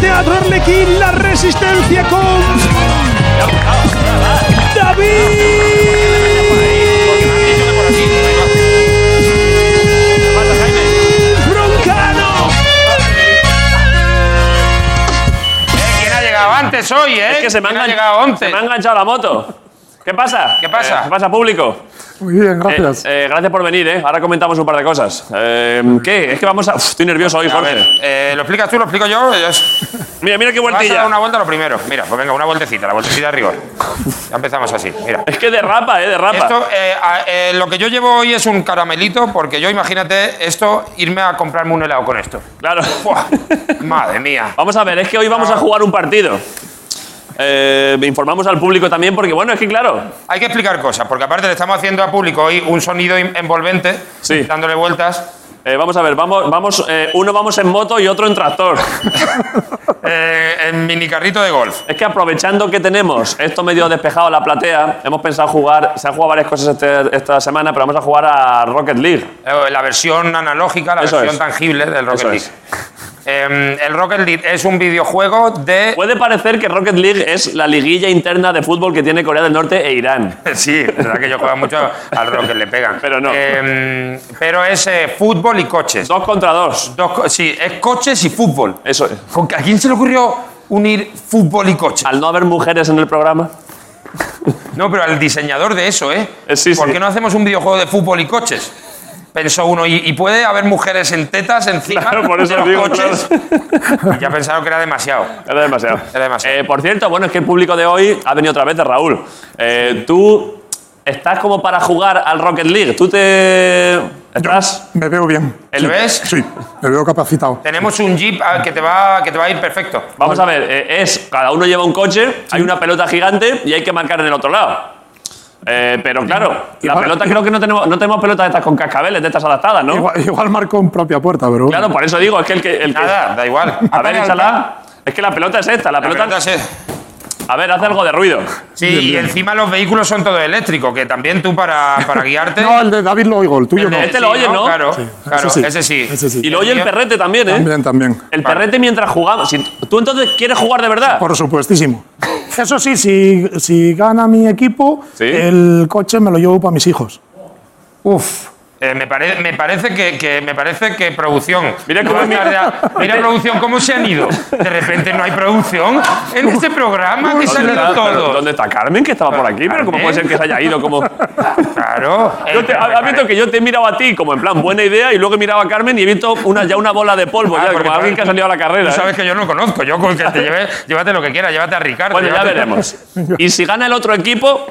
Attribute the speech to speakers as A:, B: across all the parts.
A: Teatro Arlequín, la resistencia con David Broncano.
B: ¿Quién ha llegado antes hoy, eh?
C: Es que se me, ha
B: ¿Quién ha
C: engan-
B: llegado
C: se
B: antes?
C: me ha enganchado la moto. ¿Qué pasa?
B: ¿Qué pasa?
C: Eh, ¿Qué pasa, público?
D: Muy bien, gracias.
C: Eh, eh, gracias por venir, ¿eh? Ahora comentamos un par de cosas. Eh, ¿Qué? Es que vamos a... Uf, estoy nervioso hoy,
B: A ver,
C: Jorge.
B: eh, ¿lo explicas tú, lo explico yo? Yo-
C: Mira, mira qué
B: Vas a
C: vueltilla.
B: dar una vuelta lo primero. Mira, pues venga, una vueltecita, la vueltecita de rigor. Ya empezamos así, mira.
C: Es que derrapa, ¿eh? Derrapa.
B: Esto, eh, a- eh, lo que yo llevo hoy es un caramelito, porque yo imagínate esto, irme a comprarme un helado con esto.
C: Claro.
B: Buah, Madre mía.
C: Vamos a ver, es que hoy vamos a jugar un partido. Eh, informamos al público también porque, bueno, es que claro,
B: Hay que explicar cosas, porque aparte le estamos haciendo a público hoy un sonido in- envolvente,
C: Sí.
B: dándole vueltas.
C: eh, vamos a ver, vamos, vamos, eh, uno vamos en moto y otro en tractor.
B: eh, en mini carrito de golf.
C: Es que aprovechando que tenemos esto medio despejado la platea, hemos pensado jugar, se han jugado varias cosas este- esta semana, pero vamos a jugar a Rocket League.
B: Eh, La versión analógica, la
C: Eso
B: versión
C: es.
B: tangible del Rocket
C: Eso
B: League. Em, el Rocket League es un videojuego de.
C: Puede parecer que Rocket League es la liguilla interna de fútbol que tiene Corea del Norte e Irán.
B: Sí, es verdad que yo juego mucho al Rocket, le pegan.
C: Pero no.
B: Em, pero es eh, fútbol y coches.
C: Dos contra dos.
B: Dos co- sí, es coches y fútbol.
C: Eso es.
B: ¿Con- ¿A quién se le ocurrió unir fútbol y coches?
C: Al no haber mujeres en el programa.
B: No, pero al diseñador de eso, ¿eh?
C: Eh, sí,
B: ¿Por
C: sí.
B: qué no hacemos un videojuego de fútbol y coches? Pensó uno, ¿y, y puede haber mujeres en tetas encima
C: Claro, por eso
B: de los
C: digo,
B: coches? Y ya pensaron que era demasiado.
C: Era demasiado.
B: Era demasiado.
C: Eh, por cierto, bueno, es que el público de hoy ha venido otra vez de Raúl. Eh, tú estás como para jugar al Rocket League. Tú te. ¿Estás?
D: Me veo bien.
B: ¿Lo ves?
D: Sí, me veo capacitado.
B: Tenemos un jeep ah, que te va, que te va a ir perfecto.
C: Vamos a ver, eh, es. Cada uno lleva un coche, hay una pelota gigante y hay que marcar en el otro lado. Eh, pero claro, la
D: Igual-
C: pelota creo que no tenemos, no tenemos pelotas de estas con cascabeles, de estas adaptadas, ¿no?
D: Igual, igual marco en propia puerta, pero.
C: Claro, por eso digo, es que el que. el que-
B: Nada, da igual.
C: A ver, échala. Es que la pelota es esta, la,
B: La
C: pelota.
B: pelota se-
C: A ver, haz algo de ruido.
B: Sí, y encima los vehículos son todo eléctrico, que también tú para, para guiarte.
D: No, el de David lo oigo, el tuyo
B: el de-
D: no.
C: Este lo oye, ¿no?
B: Claro, claro,
D: ese sí.
B: ese sí.
D: Ese sí.
C: Y lo oye el perrete también, ¿eh?
D: También, también.
C: El perrete mientras jugamos. Si- ¿Tú entonces quieres jugar de verdad?
D: Por supuestísimo. Eso sí, si, si gana mi equipo,
C: Sí.
D: el coche me lo llevo para mis hijos.
B: Uf. Eh, me, pare- me parece que, que- me parece que producción.
C: Mira
B: No
C: cómo
B: va a
C: mi-
B: estar ya- mira producción, ¿cómo se han ido? De repente no hay producción en este programa que se han
C: ¿Dónde
B: ido
C: está, pero
B: todos.
C: ¿Dónde está Carmen? Que estaba por aquí, pero ¿cómo
B: Carmen.
C: puede ser que se haya ido? Como...
B: Claro. eh,
C: Yo te-
B: pero me
C: has visto
B: parece-
C: que yo te he mirado a ti como en plan buena idea y luego he mirado a Carmen y he visto una, ya una bola de polvo,
B: Ah,
C: ya,
B: porque
C: como
B: tú-
C: alguien que ha salido a la carrera.
B: Tú
C: ¿eh?
B: sabes que yo no conozco. Yo con que te lleve, llévate lo que quieras, llévate a Ricardo.
C: Bueno, ya
B: llévate-
C: veremos. Y si gana el otro equipo,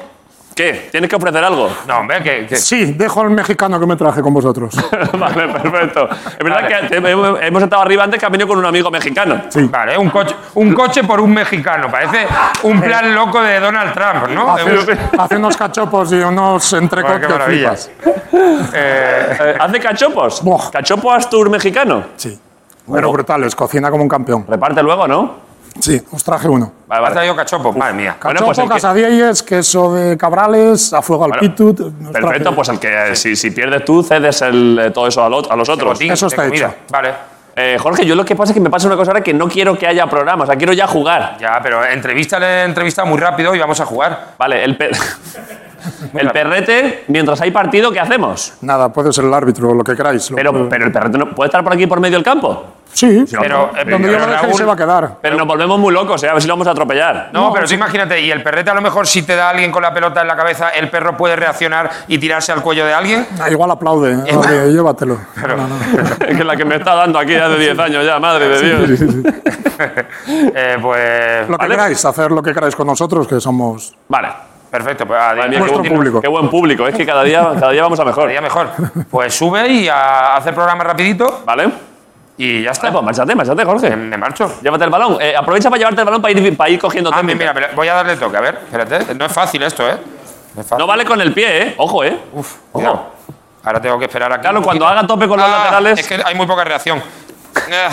C: ¿qué? ¿Tienes que ofrecer algo?
B: No, hombre, que- que,
D: Sí, dejo al mexicano que me traje con vosotros.
C: vale, perfecto. Es verdad
B: Vale.
C: que te- hemos hemos estado arriba antes que ha venido con un amigo mexicano.
B: Vale, un coche, un coche por un mexicano. Parece un plan loco de Donald Trump,
E: Ah,
B: ¿no?
D: Hace, hace unos cachopos y unos
B: Bueno,
D: entrecotes
B: qué
D: que
B: maravilla.
D: flipas.
B: Eh,
C: Eh, ¿Hace cachopos?
D: Buah.
C: ¿Cachopo Astur mexicano?
D: Sí. Pero brutales, cocina como un campeón.
C: Reparte luego, ¿no?
D: Sí, os traje uno.
C: Vale,
B: ha
C: vale.
B: traído cachopo, madre mía.
C: Bueno,
D: Cachopo,
C: pues el que-
D: casadillas, queso de cabrales, a fuego al pitu. os traje-
C: Perfecto, pues el que eh, si, si pierdes tú, cedes el, eh, todo eso a, lo- a los otros.
B: Botín
D: Eso
B: de
D: está
B: comida.
D: hecho.
B: Vale.
C: Eh, Jorge, yo lo que pasa es que me pasa una cosa ahora que no quiero que haya programa, o sea, quiero ya jugar.
B: Ya, pero entrevista entrevista muy rápido y vamos a jugar.
C: Vale, el, pe- el perrete, mientras hay partido, ¿qué hacemos?
D: Nada, puede ser el árbitro, lo que queráis. lo-
C: Pero, pero el perrete no, puede estar por aquí por medio del campo.
D: sí,
B: Pero, eh,
D: donde yo
B: pero
D: lo deje
B: Raúl-
D: se va a quedar.
C: Pero nos volvemos muy locos, ¿eh? a ver si lo vamos a atropellar.
B: No, pero tú imagínate, y el perrete a lo mejor si te da alguien con la pelota en la cabeza, el perro puede reaccionar y tirarse al cuello de alguien.
D: Ah, igual aplaude, eh, oye, llévatelo. No, no.
C: Es que la que me está dando aquí hace 10 años ya, madre de Dios.
B: Eh, pues.
D: Lo que
C: Vale.
D: queráis, hacer lo que queráis con nosotros, que somos
C: Vale.
B: Perfecto, pues. adiós.
C: Madre mía, qué,
D: Nuestro
C: buen,
D: público.
C: qué buen público, es que cada día, cada día vamos a mejor.
B: Estaría mejor. Pues sube y a hacer programa rapidito
C: ¿Vale?
B: y ya está.
C: Vale, pues márchate, márchate,
B: Eh,
C: Jorge.
B: Me marcho.
C: Llévate el balón. Eh, aprovecha para llevarte el balón para ir, para ir cogiendo
B: Ah,
C: técnica.
B: mira, mira, voy a darle toque, a ver, espérate. No es fácil esto, ¿eh? No es fácil.
C: No vale con el pie, ¿eh? Ojo, ¿eh?
B: Uf, cuidado. Ahora tengo que esperar aquí.
C: Claro,
B: un
C: cuando
B: poquito.
C: haga tope con los
B: Ah,
C: laterales-
B: Es que hay muy poca reacción. Eh,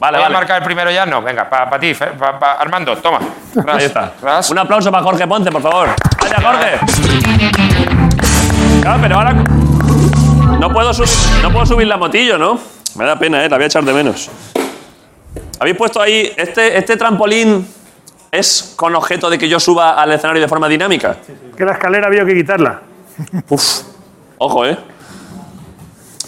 C: Vale,
B: voy a
C: vale.
B: marcar el primero ya, no. Venga, para ti, Fer, pa- pa- Armando, toma. Ras,
C: Ahí está.
B: ras.
C: Un aplauso para Jorge Ponce, por favor. Vaya, Jorge. Claro, pero ahora. No puedo, subir, no puedo subir la motillo, ¿no? Me da pena, ¿eh? La voy a echar de menos. Habéis puesto ahí. Este, este trampolín es con objeto de que yo suba al escenario de forma dinámica.
D: Que la escalera había que quitarla.
C: Uf, ojo, ¿eh?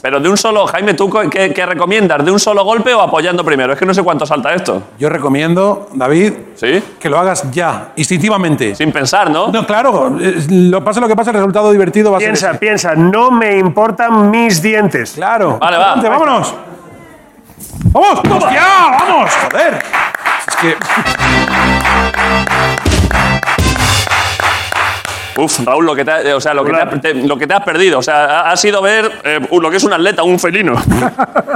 C: Pero de un solo, Jaime, ¿tú co- qué, qué recomiendas? ¿De un solo golpe o apoyando primero? Es que no sé cuánto salta esto.
F: Yo recomiendo, David,
C: ¿Sí?
F: que lo hagas ya, instintivamente.
C: Sin pensar, ¿no?
F: No, claro, eh, lo pase lo que pase, el resultado divertido va a ser.
D: Piensa,
F: ese.
D: piensa, no me importan mis dientes.
F: Claro.
C: Vale, va.
F: Adelante, vámonos. ¡Vamos! ¡Hostia! ¡Vamos! ¡Joder! Es que.
C: Uf, Raúl, lo que te, ha- eh, o sea, lo que te, ha-
D: Claro.
C: te- lo que te has perdido. O sea, ha, ha sido ver eh, uh, lo que es un atleta, un felino.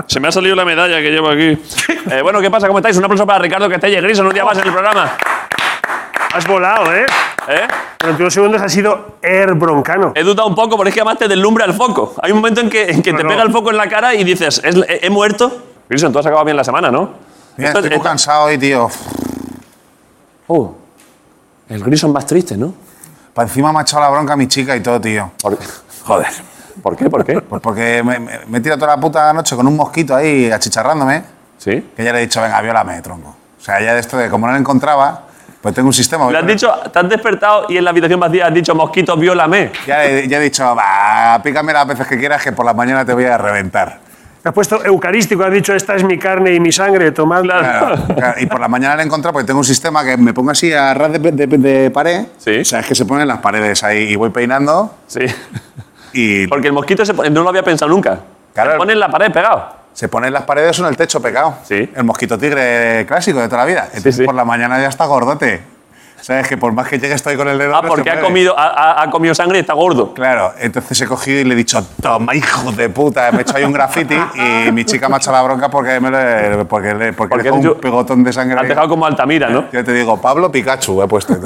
C: Se me ha salido la medalla que llevo aquí. Eh, bueno, ¿qué pasa? ¿Cómo estáis? Un aplauso para Ricardo Castella y Gris en un día más en el programa.
D: Has volado, ¿eh?
C: ¿Eh?
D: Durante unos segundos has sido Air Broncano.
C: He dudado un poco porque es que además te deslumbra el foco. Hay un momento en que, en que te
D: Claro.
C: pega el foco en la cara y dices, "¿Es- ¿he, he muerto? Grison, tú has acabado bien la semana, ¿no?
E: Mira,
C: Esto-
E: estoy muy
C: esto-
E: cansado hoy, tío.
C: Oh, el Grison más triste, ¿no?
E: Para encima me ha echado la bronca mi chica y todo, tío.
C: Por- Joder. ¿Por qué? ¿Por qué?
E: Pues porque me, me- me he tirado toda la puta noche con un mosquito ahí achicharrándome,
C: ¿Sí?
E: que ya le he dicho, venga, viólame, tronco. O sea, ya de esto de como no lo encontraba, pues tengo un sistema. voy
C: Le has
E: con-
C: dicho, te has despertado y en la habitación vacía has dicho, mosquito, viólame.
E: Ya, he- ya he dicho, va, pícame las veces que quieras, que por la mañana te voy a reventar.
D: Te has puesto eucarístico, has dicho, esta es mi carne y mi sangre, tomadla.
E: Claro, claro. Y por la mañana le he encontrado, porque tengo un sistema que me pongo así a ras de, de- de pared.
C: Sí.
E: O sea, es que se ponen las paredes ahí y voy peinando
C: Sí.
E: y
C: Porque el mosquito se pone- no lo había pensado nunca.
E: Claro.
C: Se pone en la pared pegado.
E: se ponen las paredes en el techo pegado.
C: Sí.
E: El mosquito tigre clásico de toda la vida. Entonces
C: sí.
E: por la mañana ya está gordote. ¿Sabes? Que por más que llegue estoy con el dedo.
C: Ah,
E: no se
C: porque ha
E: mueve.
C: comido, ha, ha- ha comido sangre y está gordo.
E: Claro, entonces he cogido y le he dicho, toma, hijo de puta. Me he hecho ahí un graffiti y mi chica me ha echado la bronca porque me le, porque le, porque
C: Porque
E: le dejó
C: yo-
E: un pegotón de sangre.
C: Ha
E: ahí.
C: dejado como Altamira, ¿no?
E: Yo te digo, Pablo Pikachu he puesto.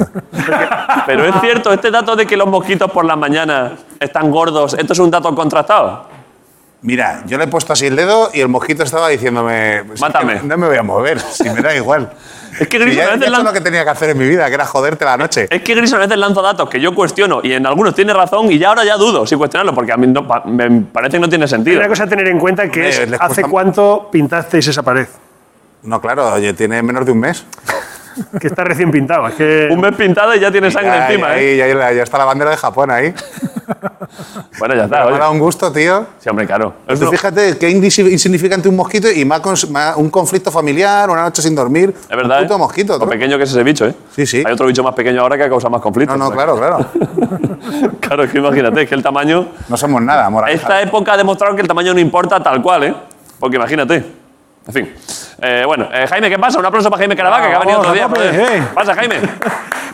C: Pero es cierto, este dato de que los mosquitos por las mañanas están gordos, ¿esto es un dato contrastado?
E: Mira, yo le he puesto así el dedo y el mosquito estaba diciéndome. "Pues es
C: Mátame".
E: que No me voy a mover, si me da igual.
C: Es que
E: Si
C: Grison a
E: ya, ya he
C: veces
E: hecho lo
C: lanza,
E: que tenía que hacer en mi vida, que era joderte la noche.
C: es que Grison a veces lanza datos que yo cuestiono y en algunos tiene razón y ya ahora ya dudo si cuestionarlo porque a mí no pa- me parece que no tiene
D: Hay
C: sentido.
D: una cosa a tener en cuenta que
E: Hombre,
D: es,
E: les
D: ¿hace
E: cuesta-
D: cuánto pintasteis esa pared?
E: No, claro, oye, tiene menos de un mes.
D: Que está recién pintado. Es que...
C: Un mes pintada y ya tiene sangre
E: Ya,
C: encima,
E: ya,
C: ¿eh?
E: ya- ya- ya está la bandera de Japón ahí.
C: Bueno, ya está.
E: me ha
C: oye.
E: dado un gusto, tío.
C: Sí, hombre, claro. Es
E: Tú
C: bro-
E: fíjate qué indisi- insignificante un mosquito y más, cons- más un conflicto familiar, una noche sin dormir.
C: Es verdad.
E: Un puto
C: ¿eh?
E: mosquito.
C: Lo
E: tronco.
C: pequeño que es ese bicho, ¿eh?
E: Sí, sí.
C: Hay otro bicho más pequeño ahora que ha causado más conflictos. ¿eh?
E: No, no, claro, claro.
C: claro, es que imagínate, es que el tamaño.
E: No somos nada, moral.
C: Esta época ha demostrado que el tamaño no importa tal cual, ¿eh? Porque imagínate. En fin. Eh, bueno, eh, Jaime, ¿qué pasa? Un aplauso para Jaime Caravaca, que ha venido
F: Vamos,
C: otro día.
F: a tope,
C: joder.
F: eh.
C: Pasa, Jaime.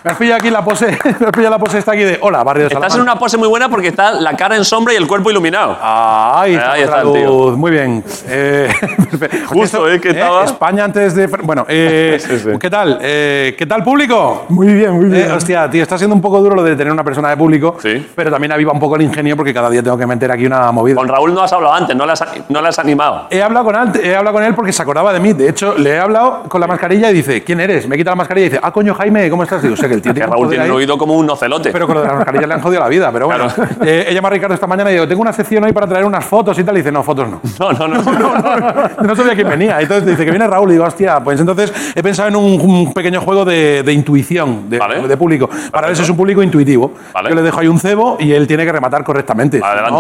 F: Me has pillado aquí la pose. Me has pillado la pose esta aquí de. Hola, barrio de
C: Estás en
F: Salamanca.
C: una pose muy buena porque está la cara en sombra y el cuerpo iluminado.
F: Ah. Ahí está,
C: Ahí
F: otra
C: está el tío.
F: luz. Muy bien. Eh, perfecto.
C: Justo, ¿eh? Que estaba-
F: España antes de. Fran- Bueno, eh,
C: Sí, sí.
F: ¿qué tal? Eh, ¿Qué tal, público?
D: Muy bien, muy
F: Eh, hostia, tío, está siendo un poco duro lo de tener una persona de público,
C: Sí.
F: pero también aviva un poco el ingenio porque cada día tengo que meter aquí una movida.
C: Con Raúl no has hablado antes, no le has, no le has animado.
F: He hablado, con él, he hablado con él porque se acordaba de mí. De hecho, le he hablado con la mascarilla y dice, ¿quién eres? Me quita la mascarilla y dice, ah, coño, Jaime, ¿cómo estás? Digo, sé que el tío
C: Que
F: tiene un
C: Raúl
F: poder
C: tiene un
F: ahí,
C: oído como un ocelote.
F: Pero con lo de las mascarillas le han jodido la vida, pero bueno.
C: Claro.
F: Eh, he llamado a Ricardo esta mañana y digo, tengo una sección hoy para traer unas fotos y tal. Y dice, no, fotos no.
C: No, no, no.
F: No sabía quién venía. Entonces dice que viene Raúl y digo, hostia, pues entonces he pensado en un, un pequeño juego de, de intuición, de,
C: Vale.
F: de público. Para ver si es un público intuitivo.
C: Vale.
F: Yo le dejo ahí un cebo y él tiene que rematar correctamente. Si
C: Adelante.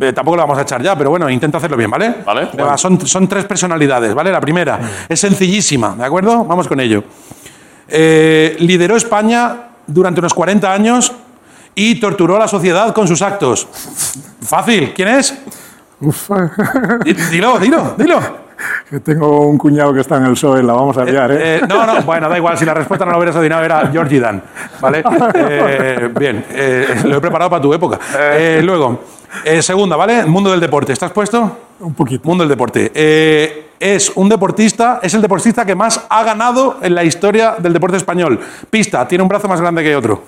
F: no, eh, tampoco lo vamos a echar ya, pero bueno, intenta hacerlo bien, ¿vale?
C: Vale.
F: Venga, va, son, son tres personalidades, ¿vale? La primera es sencillísima, ¿de acuerdo? Vamos con ello. Eh, lideró España durante unos 40 años y torturó a la sociedad con sus actos. Fácil, ¿quién es? Di- Dilo, dilo, dilo.
G: Que tengo un cuñado que está en el PSOE, la vamos a liar, ¿eh?
F: Eh, no, no, bueno, da igual, si la respuesta no la hubieras adivinado era Georgie Dan, ¿vale? Eh, bien, eh, lo he preparado para tu época. Eh, luego, eh, segunda, ¿vale? Mundo del deporte, ¿estás puesto?
E: eh.
G: Un poquito.
F: Mundo del deporte. Eh, es un deportista, es el deportista que más ha ganado en la historia del deporte español. Pista, tiene un brazo más grande que otro.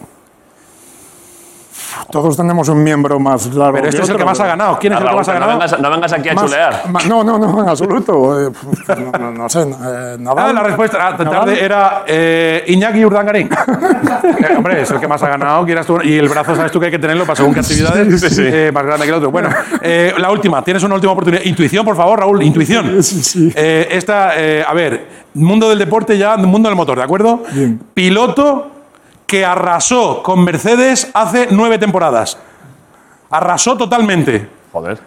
G: Todos tenemos un miembro más largo.
F: Pero este es el que
G: otro,
F: más ha
G: pero-
F: ganado. ¿Quién es el que
C: Raúl,
F: más ha
C: Ah, pues no,
F: ganado?
C: vengas, no vengas aquí a
G: Más-
C: chulear.
G: ma- no, no, no, en absoluto. Eh, pf, No, no- no sé, eh, Nadal.
F: Ah, la respuesta ah, tan
G: Nadal.
F: tarde era eh, Iñaki Urdangarín. Eh, hombre, es el que más ha ganado, quieras tú. Y el brazo, sabes tú que hay que tenerlo para según qué actividades, eh, más grande que el otro. Bueno, eh, la última, tienes una última oportunidad. Intuición, por favor, Raúl, intuición.
G: Sí, sí.
F: Eh, esta, eh, a ver, mundo del deporte ya, mundo del motor, ¿de acuerdo?
G: Bien.
F: Piloto que arrasó con Mercedes hace nueve temporadas. Arrasó totalmente.
C: Joder.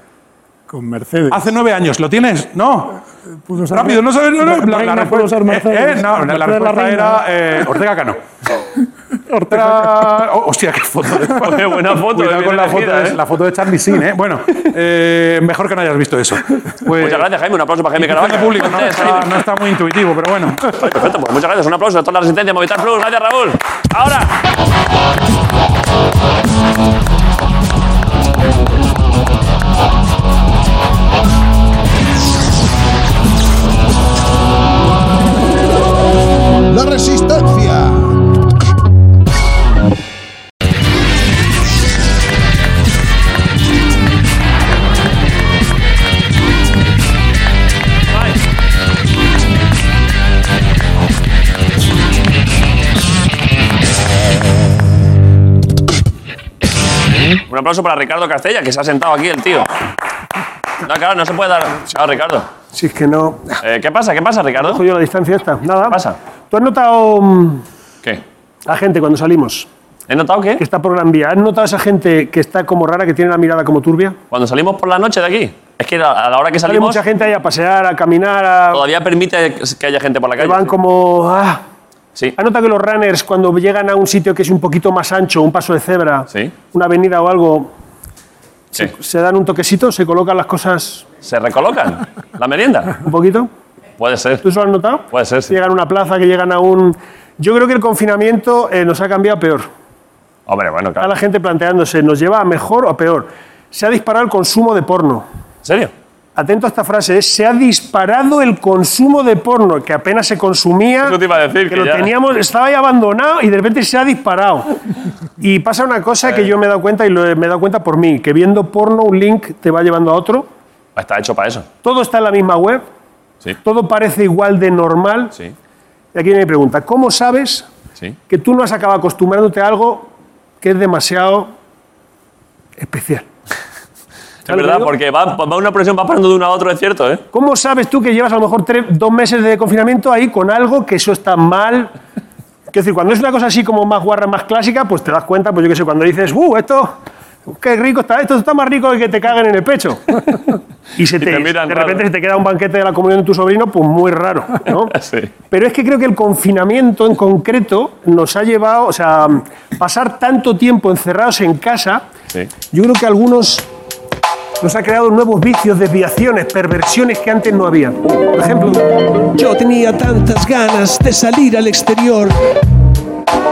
G: Con Mercedes.
F: Hace nueve años. ¿Lo tienes? No.
G: Pudo ser-
F: Rápido, no sabes. No, no, la, la
G: Reina, pudo
F: respuesta,
G: ser Mercedes.
F: eh, eh, no, la, la
G: Mercedes
F: respuesta
G: reina.
F: era eh, Ortega Cano. Ortega. Oh, hostia, qué foto. de-
C: Joder, buena foto.
F: Cuidado
C: eh,
F: con
C: bien
F: la foto,
C: elegida,
F: de,
C: eh.
F: la foto de Charlie Sin, ¿eh? Bueno, eh, mejor que no hayas visto eso. Pues,
C: Muchas gracias, Jaime. Un aplauso para Jaime
F: El
C: Caravaca.
F: público no
C: Gracias,
F: está,
C: Jaime.
F: no está muy intuitivo, pero bueno.
C: Perfecto, pues muchas gracias. Un aplauso a toda la resistencia. Movistar Plus. Gracias, Raúl. Ahora.
H: La Resistencia.
C: Un aplauso para Ricardo Castella, que se ha sentado aquí el tío. No, claro, no se puede dar. Claro, Ricardo.
I: Si es que no.
C: Eh, ¿Qué pasa? ¿Qué pasa, Ricardo?
I: Coño, la distancia esta. Nada.
C: pasa?
I: ¿Tú has notado mm,
C: ¿Qué?
I: a gente cuando salimos
C: ¿He notado que
I: que está por Gran Vía? ¿Has notado a esa gente que está como rara, que tiene la mirada como turbia?
C: cuando salimos por la noche de aquí? Es que a a la hora que
I: Hay
C: salimos
I: mucha gente ahí a pasear, a caminar, a...
C: todavía permite que haya gente por la
I: que
C: calle.
I: van como... Ah.
C: Sí.
I: ¿Has notado que los runners cuando llegan a un sitio que es un poquito más ancho, un paso de cebra,
C: Sí.
I: una avenida o algo,
C: Sí.
I: se dan un toquecito, se colocan las cosas
C: ¿Se recolocan? ¿La merienda?
I: un poquito?
C: Puede ser.
I: ¿Tú eso lo has notado?
C: Puede ser, sí.
I: Llegan a una plaza, que llegan a un... Yo creo que el confinamiento eh, nos ha cambiado a peor.
C: Hombre, bueno,
I: Está
C: claro.
I: la gente planteándose, ¿nos lleva a mejor o a peor? Se ha disparado el consumo de porno.
C: ¿En serio?
I: Atento a esta frase, ¿eh? se ha disparado el consumo de porno, que apenas se consumía.
C: Eso te iba a decir, que
I: lo
C: ya-
I: teníamos, estaba ahí abandonado y de repente se ha disparado. Y pasa una cosa
C: Eh.
I: que yo me he dado cuenta y lo he- me he dado cuenta por mí, que viendo porno un link te va llevando a otro.
C: Está hecho para eso.
I: Todo está en la misma web.
C: Sí.
I: Todo parece igual de normal.
C: Sí.
I: Y aquí viene mi pregunta. ¿Cómo sabes
C: Sí.
I: que tú no has acabado acostumbrándote a algo que es demasiado especial?
C: Es verdad,
I: digo?
C: porque va, va una presión, va parando de uno a otro, es cierto, ¿eh?
I: ¿Cómo sabes tú que llevas a lo mejor tres- dos meses de confinamiento ahí con algo que eso está mal? Es decir, cuando es una cosa así como más guarra, más clásica, pues te das cuenta, pues yo qué sé, cuando dices, ¡uh, esto! ¡Qué rico está esto! Está más rico que que te caguen en el pecho. Y, se te,
C: te miran
I: de
C: raro.
I: repente se te queda un banquete de la comunión de tu sobrino, pues muy raro. ¿no?
C: Sí.
I: Pero es que creo que el confinamiento en concreto nos ha llevado, o sea, pasar tanto tiempo encerrados en casa,
C: Sí.
I: yo creo que algunos nos ha creado nuevos vicios, desviaciones, perversiones que antes no había. Por ejemplo,
J: Yo tenía tantas ganas de salir al exterior